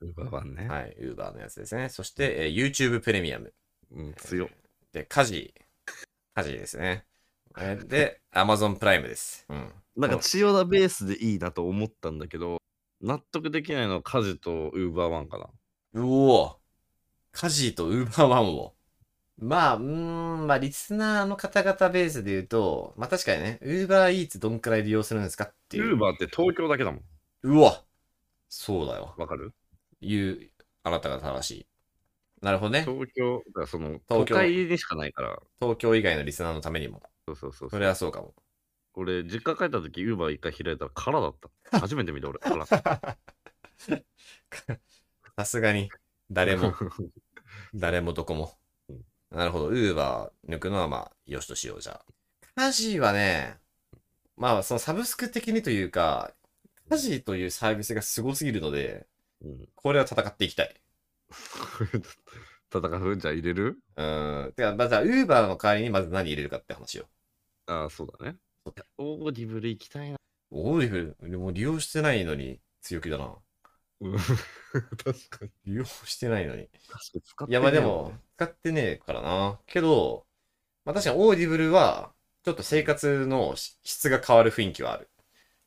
Speaker 1: うん。ウーバー版ね。
Speaker 2: はい、Uber のやつですね。そして、えー YouTube プレミアム。
Speaker 1: うん、強っ。
Speaker 2: で、家事。家事ですね。えー で、Amazon プライムです。うん。
Speaker 1: なんか千代田ベースでいいなと思ったんだけど、納得できないのは家事とウーバーワンかな。
Speaker 2: うおーカジーとウーバーワンを。まあ、うーん、まあ、リスナーの方々ベースで言うと、まあ確かにね、ウーバーイーツどんくらい利用するんですかってい
Speaker 1: ウ
Speaker 2: う。
Speaker 1: ーバーって東京だけだもん。
Speaker 2: うわそうだよ。
Speaker 1: わかる
Speaker 2: いう、あなたが正しい。なるほどね。
Speaker 1: 東京がその
Speaker 2: 東京
Speaker 1: 都会にしかないから。
Speaker 2: 東京以外のリスナーのためにも。
Speaker 1: そうそうそうそ。
Speaker 2: そうれはそうかも。
Speaker 1: 俺、実家帰った時、ウーバー一回開いたら空だった。 初めて見た俺、空。
Speaker 2: さすがに、誰も、誰もどこも
Speaker 1: うん。
Speaker 2: なるほど。ウーバー抜くのはまあ、よしとしようじゃあ。家事はね、まあ、そのサブスク的にというか、家事というサービスがすごすぎるので、
Speaker 1: うん、
Speaker 2: これは戦っていきたい。
Speaker 1: 戦うじゃあ入れる
Speaker 2: うーん。てか、まずはウーバーの代わりにまず何入れるかって話よ。
Speaker 1: ああ、そうだね。オーディブル行きたいな。
Speaker 2: オーディブル、もう利用してないのに強気だな。
Speaker 1: うん 確かに。
Speaker 2: 利用してないのに。
Speaker 1: 確かに使って
Speaker 2: いや、まあでも、使ってねえからな。けど、まあ確かにオーディブルは、ちょっと生活のし質が変わる雰囲気はある。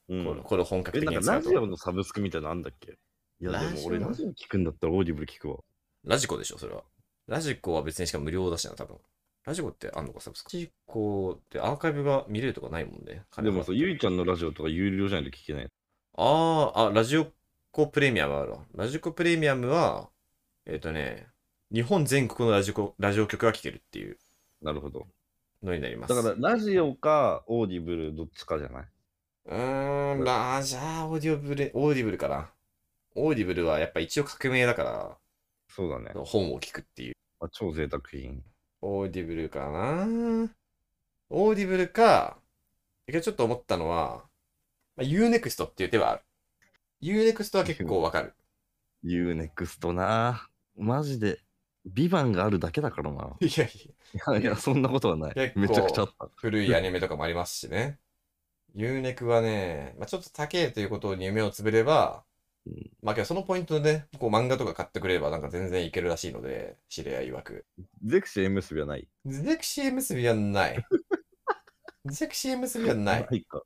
Speaker 1: ね、うん
Speaker 2: これこれ本格
Speaker 1: え、
Speaker 2: 的
Speaker 1: なんか
Speaker 2: に使
Speaker 1: ラ
Speaker 2: う
Speaker 1: ジ
Speaker 2: と。
Speaker 1: オのサブスクみたいなのあんだっけいや、で
Speaker 2: ラジ
Speaker 1: も
Speaker 2: オ
Speaker 1: 俺ラジオ聞くんだったらオーディブル聞くわ。
Speaker 2: ラジコでしょ、それは。ラジコは別にしかも無料だしな、多分。ラジコってあんのか、サブスク。ラジコってアーカイブが見れるとかないもんね。
Speaker 1: でもさ、ゆいち
Speaker 2: ゃん。
Speaker 1: ゃんのラジオとか有料じゃないと聞けない。
Speaker 2: あーあ、ラジコプレミアムあるわ。ラジコプレミアムは、えっ、とね、日本全国のラジコ、ラジオ局が聴けるっていう
Speaker 1: なるほど。
Speaker 2: のになります。
Speaker 1: だからラジオかオーディブルどっちかじゃないう
Speaker 2: ーん、まあ、じゃあ、オーディオブル、オーディブルかな。オーディブルはやっぱ一応革命だか
Speaker 1: そうだね
Speaker 2: ら、。本を聞くっていう。
Speaker 1: あ超贅沢品。
Speaker 2: オーディブルかな。オーディブルか、一回ちょっと思ったのは、まあ、UNEXT っていう手はある。UNEXT は結構わかる。
Speaker 1: UNEXT なマジで。ビバンがあるだけだからな。
Speaker 2: いやいや、
Speaker 1: いやいや、 そんなことはない
Speaker 2: 結。構
Speaker 1: めちゃくちゃあった。
Speaker 2: 古いアニメとかもありますしね。UNEX はね、まあ、ちょっと高えということに夢をつぶれば
Speaker 1: うん、
Speaker 2: まあけどそのポイントでね、こう漫画とか買ってくれればなんか全然いけるらしいので、知り合い曰く。
Speaker 1: ゼクシー縁結びはない。
Speaker 2: ゼクシー結びは ない。ゼクシー結びはない。
Speaker 1: ないか。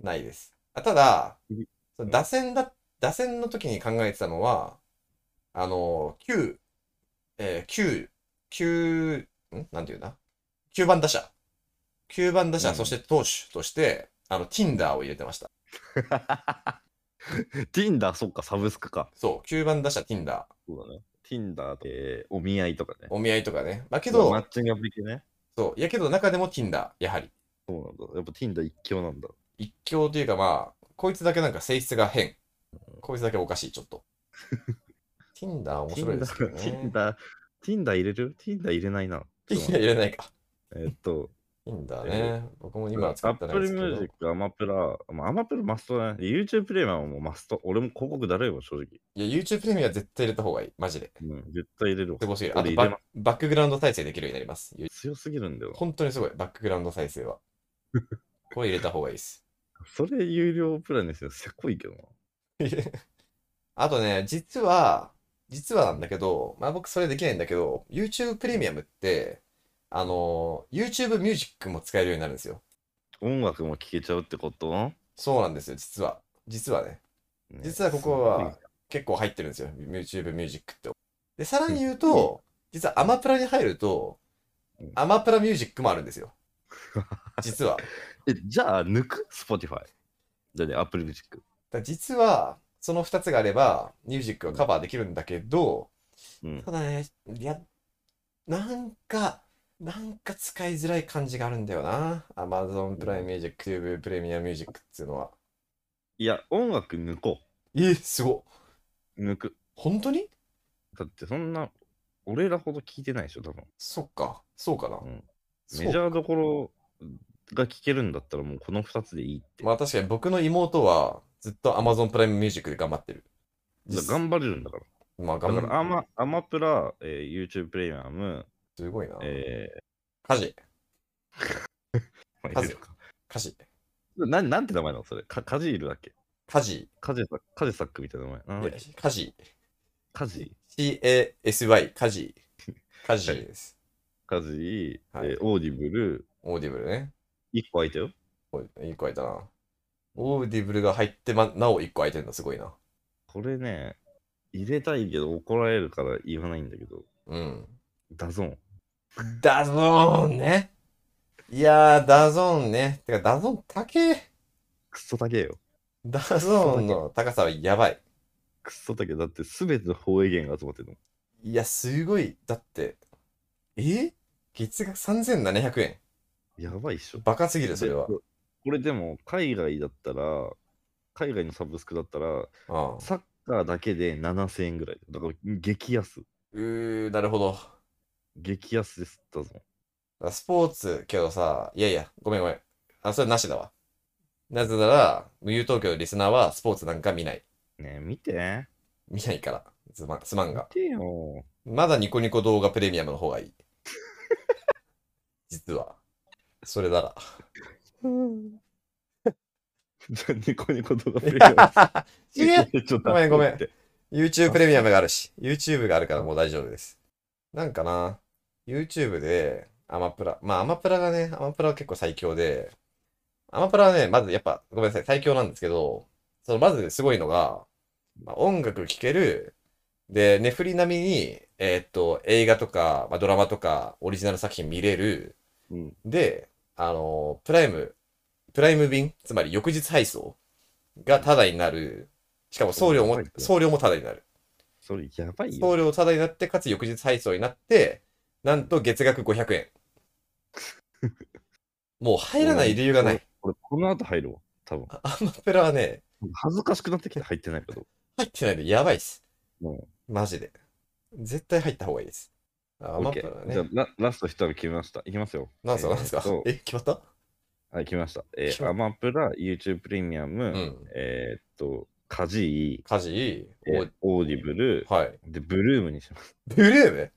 Speaker 2: ないです。あただ
Speaker 1: うん、
Speaker 2: その打線だ、打線の時に考えてたのは、あの、9、えー、9、9、んなんていうんだ ?9 番打者。9番打者、
Speaker 1: うん
Speaker 2: そして投手として、あの、Tinder を入れてました。
Speaker 1: Tinder、そっか、サブスクか。
Speaker 2: そう、9番打者 Tinder。
Speaker 1: そうだね。Tinder と、えーお見合いとかね。
Speaker 2: お見合いとかね。まあけ
Speaker 1: マッ
Speaker 2: ど、
Speaker 1: チングアプリ系ね。
Speaker 2: そう、いやけど中でも Tinder、やはり。
Speaker 1: そうなんだ。やっぱ Tinder 一強なんだ。
Speaker 2: 一強というかまあ、こいつだけなんか性質が変。こいつだけおかしい、ちょ っと。Tinder 面白いですけどね。
Speaker 1: Tinder、Tinder 入れる ?Tinder 入れないな。
Speaker 2: いや、入れないか。
Speaker 1: えっと、
Speaker 2: Tinder
Speaker 1: え
Speaker 2: ね。僕も今は使
Speaker 1: ア
Speaker 2: っ
Speaker 1: ップ
Speaker 2: てないで
Speaker 1: ル
Speaker 2: す
Speaker 1: ミ
Speaker 2: け
Speaker 1: ュージ
Speaker 2: ど
Speaker 1: ッ。ク、アマプラ、まあ、アマプラマストだね。YouTube プレミアムもマスト。俺も広告だれよ、正直。
Speaker 2: いや、YouTube プレミア絶対入れた方がいい。マジで。
Speaker 1: うん、絶対入れるわ
Speaker 2: す。ごすぎる。あ
Speaker 1: 俺
Speaker 2: と
Speaker 1: 入れま
Speaker 2: バ、バックグラウンド再生できるようになります。
Speaker 1: 強すぎるんだよな。
Speaker 2: 本当にすごい。バックグラウンド再 生は。これ入れた方がいいです。
Speaker 1: それ有料プランですよ。せこいけどな。
Speaker 2: あとね、実は、実はなんだけど、まあ僕それできないんだけど、YouTube プレミアムって、あの、YouTube ミュージックも使えるようになるんですよ。
Speaker 1: 音楽も聴けちゃうってこと
Speaker 2: そうなんですよ、実は。実はね。
Speaker 1: ね
Speaker 2: 実はここは結構入ってるんですよ。YouTube ミュージックって。で、さらに言うと、実はアマプラに入ると
Speaker 1: うん、
Speaker 2: アマプラミュージックもあるんです よ。実は。だか
Speaker 1: すごいなえ、じゃあ抜く ?Spotify。だね、Apple Music。
Speaker 2: ら実は、その2つがあれば、ミュージックはカバーできるんだけど、
Speaker 1: うん
Speaker 2: た。だね、いや、なんか、なんか使いづらい感じがあるんだよな。Amazon プライムミュージック、YouTube プレミアムミュージックっていうのは。
Speaker 1: いや、音楽抜こ
Speaker 2: え、すごっ。
Speaker 1: う。抜く。
Speaker 2: 本当に
Speaker 1: だってそんな、俺らほど聴いてないでしょ、多分。
Speaker 2: そっか、そうかな。
Speaker 1: うん
Speaker 2: そう
Speaker 1: メジャーどころが聴けるんだったらもうこの2つでいいって。
Speaker 2: まあ確かに僕の妹はずっと Amazon プライムミュージックで頑張ってる。
Speaker 1: だから頑張れるんだから。
Speaker 2: まあ
Speaker 1: だ
Speaker 2: 頑張
Speaker 1: からアマアマプラ、えー YouTube プレミアム、
Speaker 2: すごいな。
Speaker 1: え
Speaker 2: 家事、
Speaker 1: ー、
Speaker 2: 家事、家事。
Speaker 1: ななんて名前なのそれかカジールだっけ
Speaker 2: カジ
Speaker 1: カジサカジサックみたいな名前。なんだっけ
Speaker 2: ー。カジ
Speaker 1: カジ
Speaker 2: ー。CASY。カジー。カジーです。
Speaker 1: カジー、
Speaker 2: はい
Speaker 1: えーオーディブル、
Speaker 2: オーディブルね。
Speaker 1: 1個空いたよ。
Speaker 2: おい一個空いたな。オーディブルが入って、ま、なお一個空いてるのすごいな。
Speaker 1: これね、入れたいけど怒られるから言わないんだけど、
Speaker 2: うん。
Speaker 1: ダゾーン。
Speaker 2: ダゾーンね。いやー、ダゾーンね。てか、ダゾーン高え。
Speaker 1: クソだけよ。
Speaker 2: ダゾーンの高さはやばい。
Speaker 1: クソだけだって全ての放映源が集まってるの。
Speaker 2: いや、すごい。だって、え月額3700円。
Speaker 1: やばいっしょ。
Speaker 2: バカすぎる、それは
Speaker 1: で。ここれでも海外だったら、海外のサブスクだったら、
Speaker 2: ああ
Speaker 1: サッカーだけで7000円ぐらい。だから激安。
Speaker 2: うー、なるほど。
Speaker 1: 激安です。ダゾーン。
Speaker 2: スポーツけどさ、いやいや、ごめんごめん。あ、それなしだわ。なぜなら、無友東京のリスナーはスポーツなんか見ない。
Speaker 1: ねえ、見て。
Speaker 2: 見ないから。すまん、すまん
Speaker 1: 見
Speaker 2: が。
Speaker 1: てよ。
Speaker 2: まだニコニコ動画プレミアムの方がいい。実は。それなら。
Speaker 1: じゃあニコニコ動画プレビュー
Speaker 2: 違 う
Speaker 1: ちょっと
Speaker 2: ごめんごめん
Speaker 1: 待って
Speaker 2: YouTube プレミアムがあるし、YouTube があるからもう大丈夫です。なんかな、YouTube で、アマプラ、まあアマプラがね、アマプラは結構最強で、アマプラはね、まずやっぱ、ごめんなさい、最強なんですけど、そのまずすごいのが、まあ、音楽聴ける、で、ネフリ並みに、えーっと、映画とか、まあ、ドラマとか、オリジナル作品見れる、
Speaker 1: うん。
Speaker 2: で、あの、プライム、プライム便、つまり翌日配送がタダになる、しかも送料
Speaker 1: お
Speaker 2: も
Speaker 1: ー、
Speaker 2: 送料もタダになる。
Speaker 1: それやばいよ。
Speaker 2: 送料タダになって、かつ翌日配送になって、なんと月額500円。 もう入らない理由がない。
Speaker 1: 俺、この後入るわ。多分。
Speaker 2: アマプラはね、
Speaker 1: 恥ずかしくなってきて入ってないけど。
Speaker 2: 入ってないでやばいっす。
Speaker 1: も
Speaker 2: マジで。絶対入った方がいいです。あ
Speaker 1: うん。
Speaker 2: ア
Speaker 1: オ
Speaker 2: マ
Speaker 1: ッ
Speaker 2: プ
Speaker 1: ケ
Speaker 2: ラは
Speaker 1: ー。じゃあ
Speaker 2: ね。
Speaker 1: ラ、ラスト一人決めました。いきますよ。
Speaker 2: なんすか、
Speaker 1: えー
Speaker 2: なんすか
Speaker 1: と。
Speaker 2: え、決まった
Speaker 1: はい、決めました。え
Speaker 2: 決
Speaker 1: ー、
Speaker 2: ま
Speaker 1: アマプラ、YouTube プレミアム、
Speaker 2: うん
Speaker 1: えーっと、カジ
Speaker 2: 家事、
Speaker 1: ー、えーオーディブル、
Speaker 2: おはい。
Speaker 1: で、ブルームにします。
Speaker 2: ブルーム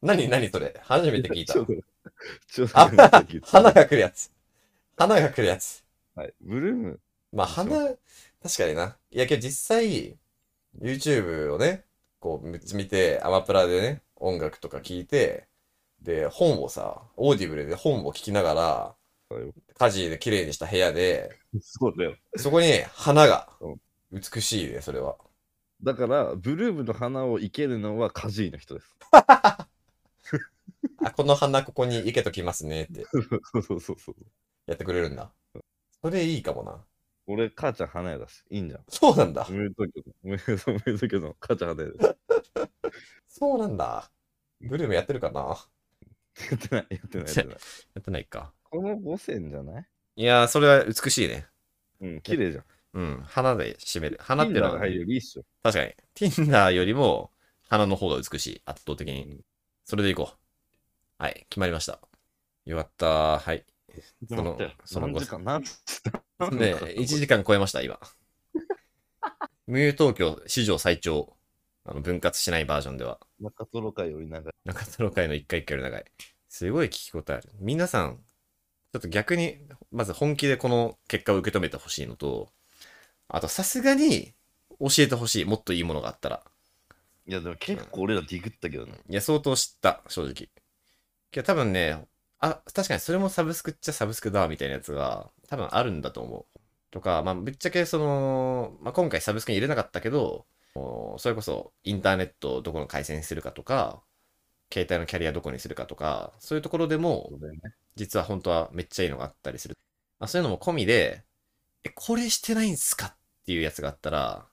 Speaker 2: 何何それ初めて聞い た
Speaker 1: ちょ。っと、ちょっと
Speaker 2: あ
Speaker 1: 初めて聞いた、
Speaker 2: 花が来るやつ。花が来るやつ。
Speaker 1: はい、ブルーム、
Speaker 2: まあ、
Speaker 1: そう
Speaker 2: 花、確かにな。いや、けど実際、YouTube をね、こう、むっち見て、アマプラでね、音楽とか聞いて、で、本をさ、オーディブルで本を聞きながら、家事で綺麗にした部屋で、
Speaker 1: そうだよ。
Speaker 2: そこに花が
Speaker 1: う、
Speaker 2: 美しいね、それは。
Speaker 1: だから、ブルームの花を生けるのはカジーの人です。
Speaker 2: あ、この花ここに生けときますねって
Speaker 1: そうそうそうそう。
Speaker 2: やってくれるんだ。それいいかもな。
Speaker 1: 俺、母ちゃん花屋だし、いいんじゃん。
Speaker 2: そうなんだ。
Speaker 1: おめでとうけど、おめでとうおめでとうけど、母ちゃん花屋 です。
Speaker 2: そうなんだ。ブルームやってるかなや
Speaker 1: やってない、やってない、や ってない。
Speaker 2: ってないか。
Speaker 1: この五線じゃない
Speaker 2: いやー、それは美しいね。
Speaker 1: うん、綺麗じゃん。
Speaker 2: うん、花で締める。花
Speaker 1: 花
Speaker 2: っ
Speaker 1: ってて
Speaker 2: いうの
Speaker 1: の
Speaker 2: は
Speaker 1: が入るよりいいっしょ。
Speaker 2: 確かに。Tinder よりも、花の方が美しい。圧倒的
Speaker 1: う
Speaker 2: に
Speaker 1: ん。
Speaker 2: それでいこう。はい、決まりました。よかった。はい。その
Speaker 1: 待って
Speaker 2: その
Speaker 1: 何時間、何時間
Speaker 2: で、1時間超えました、今。無友東京史上最長。あの、分割しないバージョンでは。
Speaker 1: 中トロ会より長い。
Speaker 2: 中トロ会の1回1回より長い。すごい聞き応えある。皆さん、ちょっと逆に、まず本気でこの結果を受け止めてほしいのと、あと、さすがに、教えてほしい。もっといいものがあったら。
Speaker 1: いや、でも結構俺らディグったけどね。
Speaker 2: いや、相当知った、正直。けど多分ね、あ、確かにそれもサブスクっちゃサブスクだ、みたいなやつが、多分あるんだと思う。とか、まあ、ぶっちゃけその、まあ、今回サブスクに入れなかったけど、おそれこそインターネットをどこの回線にするかとか、携帯のキャリアどこにするかとか、そういうところでも、実は本当はめっちゃいいのがあったりする。まあ、そういうのも込みで、え、これしてないんすかっていうやつがあったら、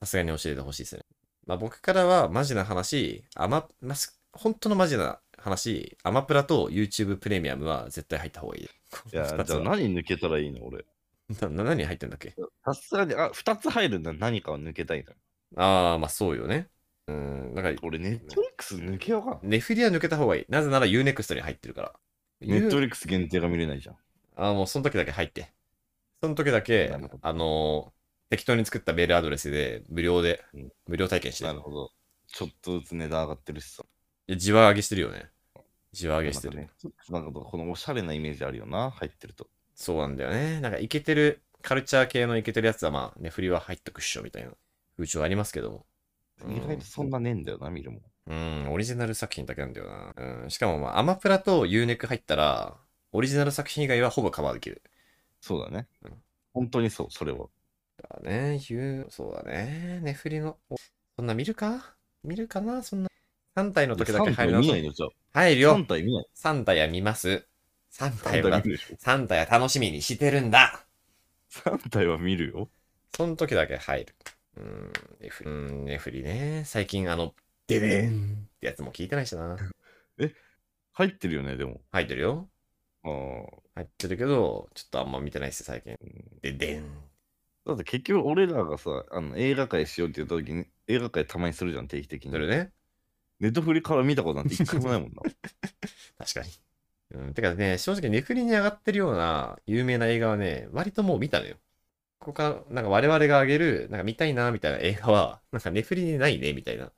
Speaker 2: さすがに教えてほしいですね。まあ僕からはマジな話、アマ、まあ、す本当のマジな話、アマプラと YouTube プレミアムは絶対入った方がいい。
Speaker 1: いや、
Speaker 2: 二つ
Speaker 1: じゃあ
Speaker 2: は
Speaker 1: 何抜けたらいいの俺。
Speaker 2: な何入ってんだっけ
Speaker 1: さすがに、あ、2つ入るんだ何かを抜けたいの。
Speaker 2: ああ、まあそうよね。うん、なんか、
Speaker 1: 俺、ネットリックス抜けようかな。
Speaker 2: ネフリは抜けた方がいい。なぜなら Unext に入ってるから。
Speaker 1: ネットフリックス限定が見れないじゃん。
Speaker 2: あーもうその時だけ入って。その時だけ
Speaker 1: なるほど、
Speaker 2: あのー適当に作ったメールアドレスで無料で
Speaker 1: うん、
Speaker 2: 無料体験して
Speaker 1: な
Speaker 2: る。
Speaker 1: るほど。ちょっとずつ値段上がってるしさ。
Speaker 2: いやじわ上げしてるよね。じわ上
Speaker 1: 上
Speaker 2: げしてる。
Speaker 1: なんかこのおしゃれなイメージあるよな、入ってると。
Speaker 2: そうなんだよね。なんかイケてる、カルチャー系のイケてるやつはまあ、ね、振りは入っとくっしょみたいな風潮ありますけども。うん
Speaker 1: 意外とそんなねえんだよな、見るもん。
Speaker 2: うん、オリジナル作品だけなんだよな。うん、しかもまあ、アマプラと UNEC 入ったら、オリジナル作品以外はほぼカバーできる。
Speaker 1: そうだね
Speaker 2: うん。
Speaker 1: 本当にそう、それは。
Speaker 2: だね、ゆう、そうだね、ネフリの、おそんな見るか見るかなそんな。3体の時だけ入る
Speaker 1: 3体見ない
Speaker 2: の
Speaker 1: のじゃあ。
Speaker 2: 入るよ
Speaker 1: 3体見ない。
Speaker 2: !3 体は見ます。3
Speaker 1: 3
Speaker 2: 体
Speaker 1: 体
Speaker 2: は
Speaker 1: 見、るでしょ。
Speaker 2: 3体は楽しみにしてるんだ
Speaker 1: 3体は見るよ。
Speaker 2: その時だけ入る。うん、ネフリ、うん、ネフリね。最近あの、デデンってやつも聞いてないしな。
Speaker 1: 入ってるよね、でも。
Speaker 2: 入ってるよ。
Speaker 1: あ
Speaker 2: 入ってるけど、ちょっとあんま見てないっす、最近。デデン。
Speaker 1: あ。だって結局俺らがさ、あの映画会しようって言った時に、映画会たまにするじゃん、定期的に。
Speaker 2: それね。
Speaker 1: ネットフリから見たことなんて一回もないもん な。
Speaker 2: 確かに。うん、てかね、正直、ネフリに上がってるような有名な映画はね、割ともう見たのよ。ここから、なんか我々が上げる、なんか見たいな、みたいな映画は、なんかネフリにないね、みたいな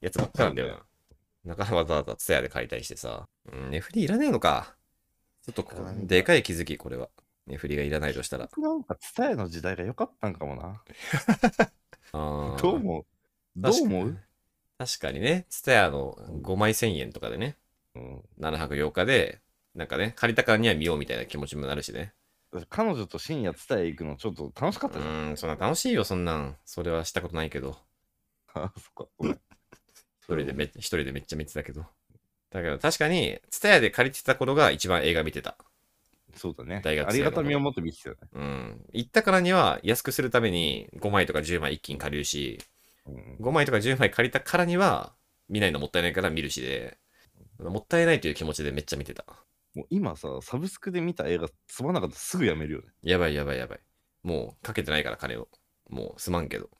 Speaker 2: やつばっかなんだよな。だからわざわざツヤで解体してさ、うん、ネフリいらねえのか。ちょっとこ
Speaker 1: いらないんだ
Speaker 2: でかい気づき、これは。ネフリがいらないとしたら。
Speaker 1: 僕なんか伝えの時代が良かったんかもな。
Speaker 2: あー
Speaker 1: どう思うどう思う、
Speaker 2: 確かにね、ツヤの5枚1000円とかでね、
Speaker 1: うん、
Speaker 2: 7泊8日で、なんかね、借りたからには見ようみたいな気持ちもなるしね。
Speaker 1: だって彼女と深夜伝え行くのちょっと楽しかった
Speaker 2: う
Speaker 1: じゃん。
Speaker 2: ーん、そんな楽しいよ、そんなん。それはしたことないけど。
Speaker 1: あ、そっか。ごめん
Speaker 2: 一人でめっ一人でめっちゃ見てたけど。だから確かに、ツタヤで借りてた頃が一番映画見てた。
Speaker 1: そうだね。
Speaker 2: 大学生の
Speaker 1: ありがたみを持って見てたよね。
Speaker 2: うん。行ったからには安くするために5枚とか10枚一気に借りるし、
Speaker 1: うん
Speaker 2: 5枚とか10枚借りたからには見ないのもったいないから見るしで、もったいないという気持ちでめっちゃ見てた。
Speaker 1: もう今さ、サブスクで見た映画つまんなかったらすぐやめるよね。
Speaker 2: やばいやばいやばい。もうかけてないから金を。もうすまんけど。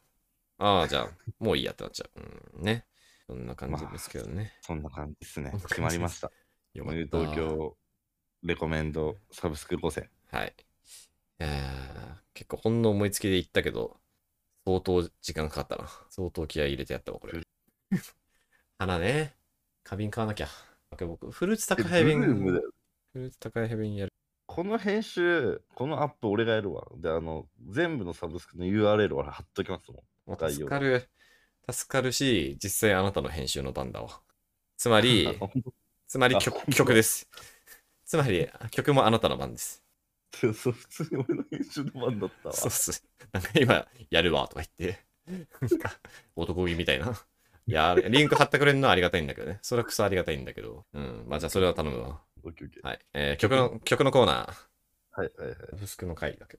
Speaker 2: ああ、じゃあ、もういいやってなっちゃう。うん、ね。そんな感じですけどね。
Speaker 1: そんな感じですね
Speaker 2: そんな感。じです
Speaker 1: 決まりました。
Speaker 2: よかった
Speaker 1: ニュー東京レコメンドサブスク5選。
Speaker 2: はい。いやー結構ほんの思いつきで言ったけど、相当時間かかったな。相当気合い入れてやったわ、これ。 花ね。花瓶買わなきゃ。僕、フルーツ
Speaker 1: え
Speaker 2: 宅配便。
Speaker 1: ブルームだ
Speaker 2: フ
Speaker 1: よ
Speaker 2: ルーツ宅配便やる。
Speaker 1: この編集、このアップ俺がやるわ。で、あの、全部のサブスクの URL を貼っときますもん。
Speaker 2: もう
Speaker 1: 概
Speaker 2: 助
Speaker 1: 要
Speaker 2: かる。助かるし、実際あなたの編集の番だわ。つま り
Speaker 1: あ、本
Speaker 2: つまり
Speaker 1: あ
Speaker 2: 曲
Speaker 1: 本当だ
Speaker 2: 曲です。つまり、曲もあなたの番です。
Speaker 1: 当そう普通に俺の編集の番だったわ。
Speaker 2: そうっす。なんか今、やるわ、とか言って。なんか男気みたい な。いや、リンク貼ってくれるのはありがたいんだけどね。それはくそありがたいんだけど。うん。まあ、じゃあそれは頼むわ。
Speaker 1: オッケーオッケー
Speaker 2: はい。えー曲の、曲のコーナー。
Speaker 1: はいはいはい。
Speaker 2: サブスクの回だ
Speaker 1: い
Speaker 2: け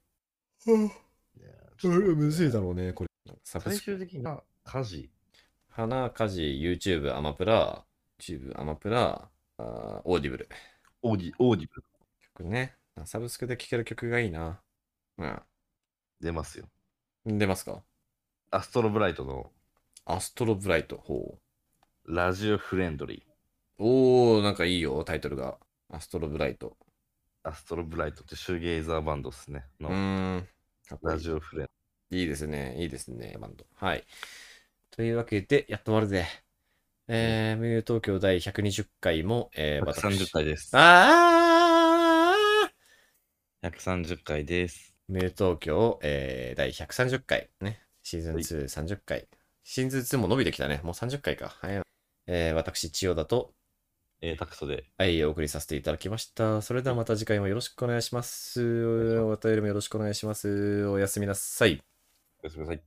Speaker 1: やちょっと
Speaker 2: だろうね、これ。サブ
Speaker 1: 最
Speaker 2: スク。
Speaker 1: 終的には家事。
Speaker 2: 花、家事、YouTube、アマプラ、YouTube、アマプラ、あーオーディブル。
Speaker 1: オーディ、オーディブル
Speaker 2: 曲ね。サブスクで聴ける曲がいいな。うん。
Speaker 1: 出ますよ。
Speaker 2: 出ますか
Speaker 1: アストロブライトの
Speaker 2: アストロブライト。ほ
Speaker 1: ラジオフレンドリ
Speaker 2: う。おー、なんかいいよ、タイトルが。アストロブライト。
Speaker 1: ー。アストロブライトってシューゲイザーバンドですね。
Speaker 2: う
Speaker 1: の
Speaker 2: ーん。かっこいい
Speaker 1: ラジオフレン
Speaker 2: いいですね。いいですね、バンド。はい。というわけで、やっと終わるぜ。えー、無友東京第120回も、えー、
Speaker 1: ド。130
Speaker 2: 私。
Speaker 1: 回です。
Speaker 2: あー
Speaker 1: 130回です。
Speaker 2: 無友東京、えー、第130回。ね。シーズン
Speaker 1: はい
Speaker 2: 2、30回。シーズン2も伸びてきたね。もう30回か。早い。えー、私、千代田と、
Speaker 1: えー、タクソで。
Speaker 2: はい、お送りさせていただきました。それではまた次回もよろしくお願いします。お便りもよろしくお願いします。おやすみなさい。
Speaker 1: おやすみなさい。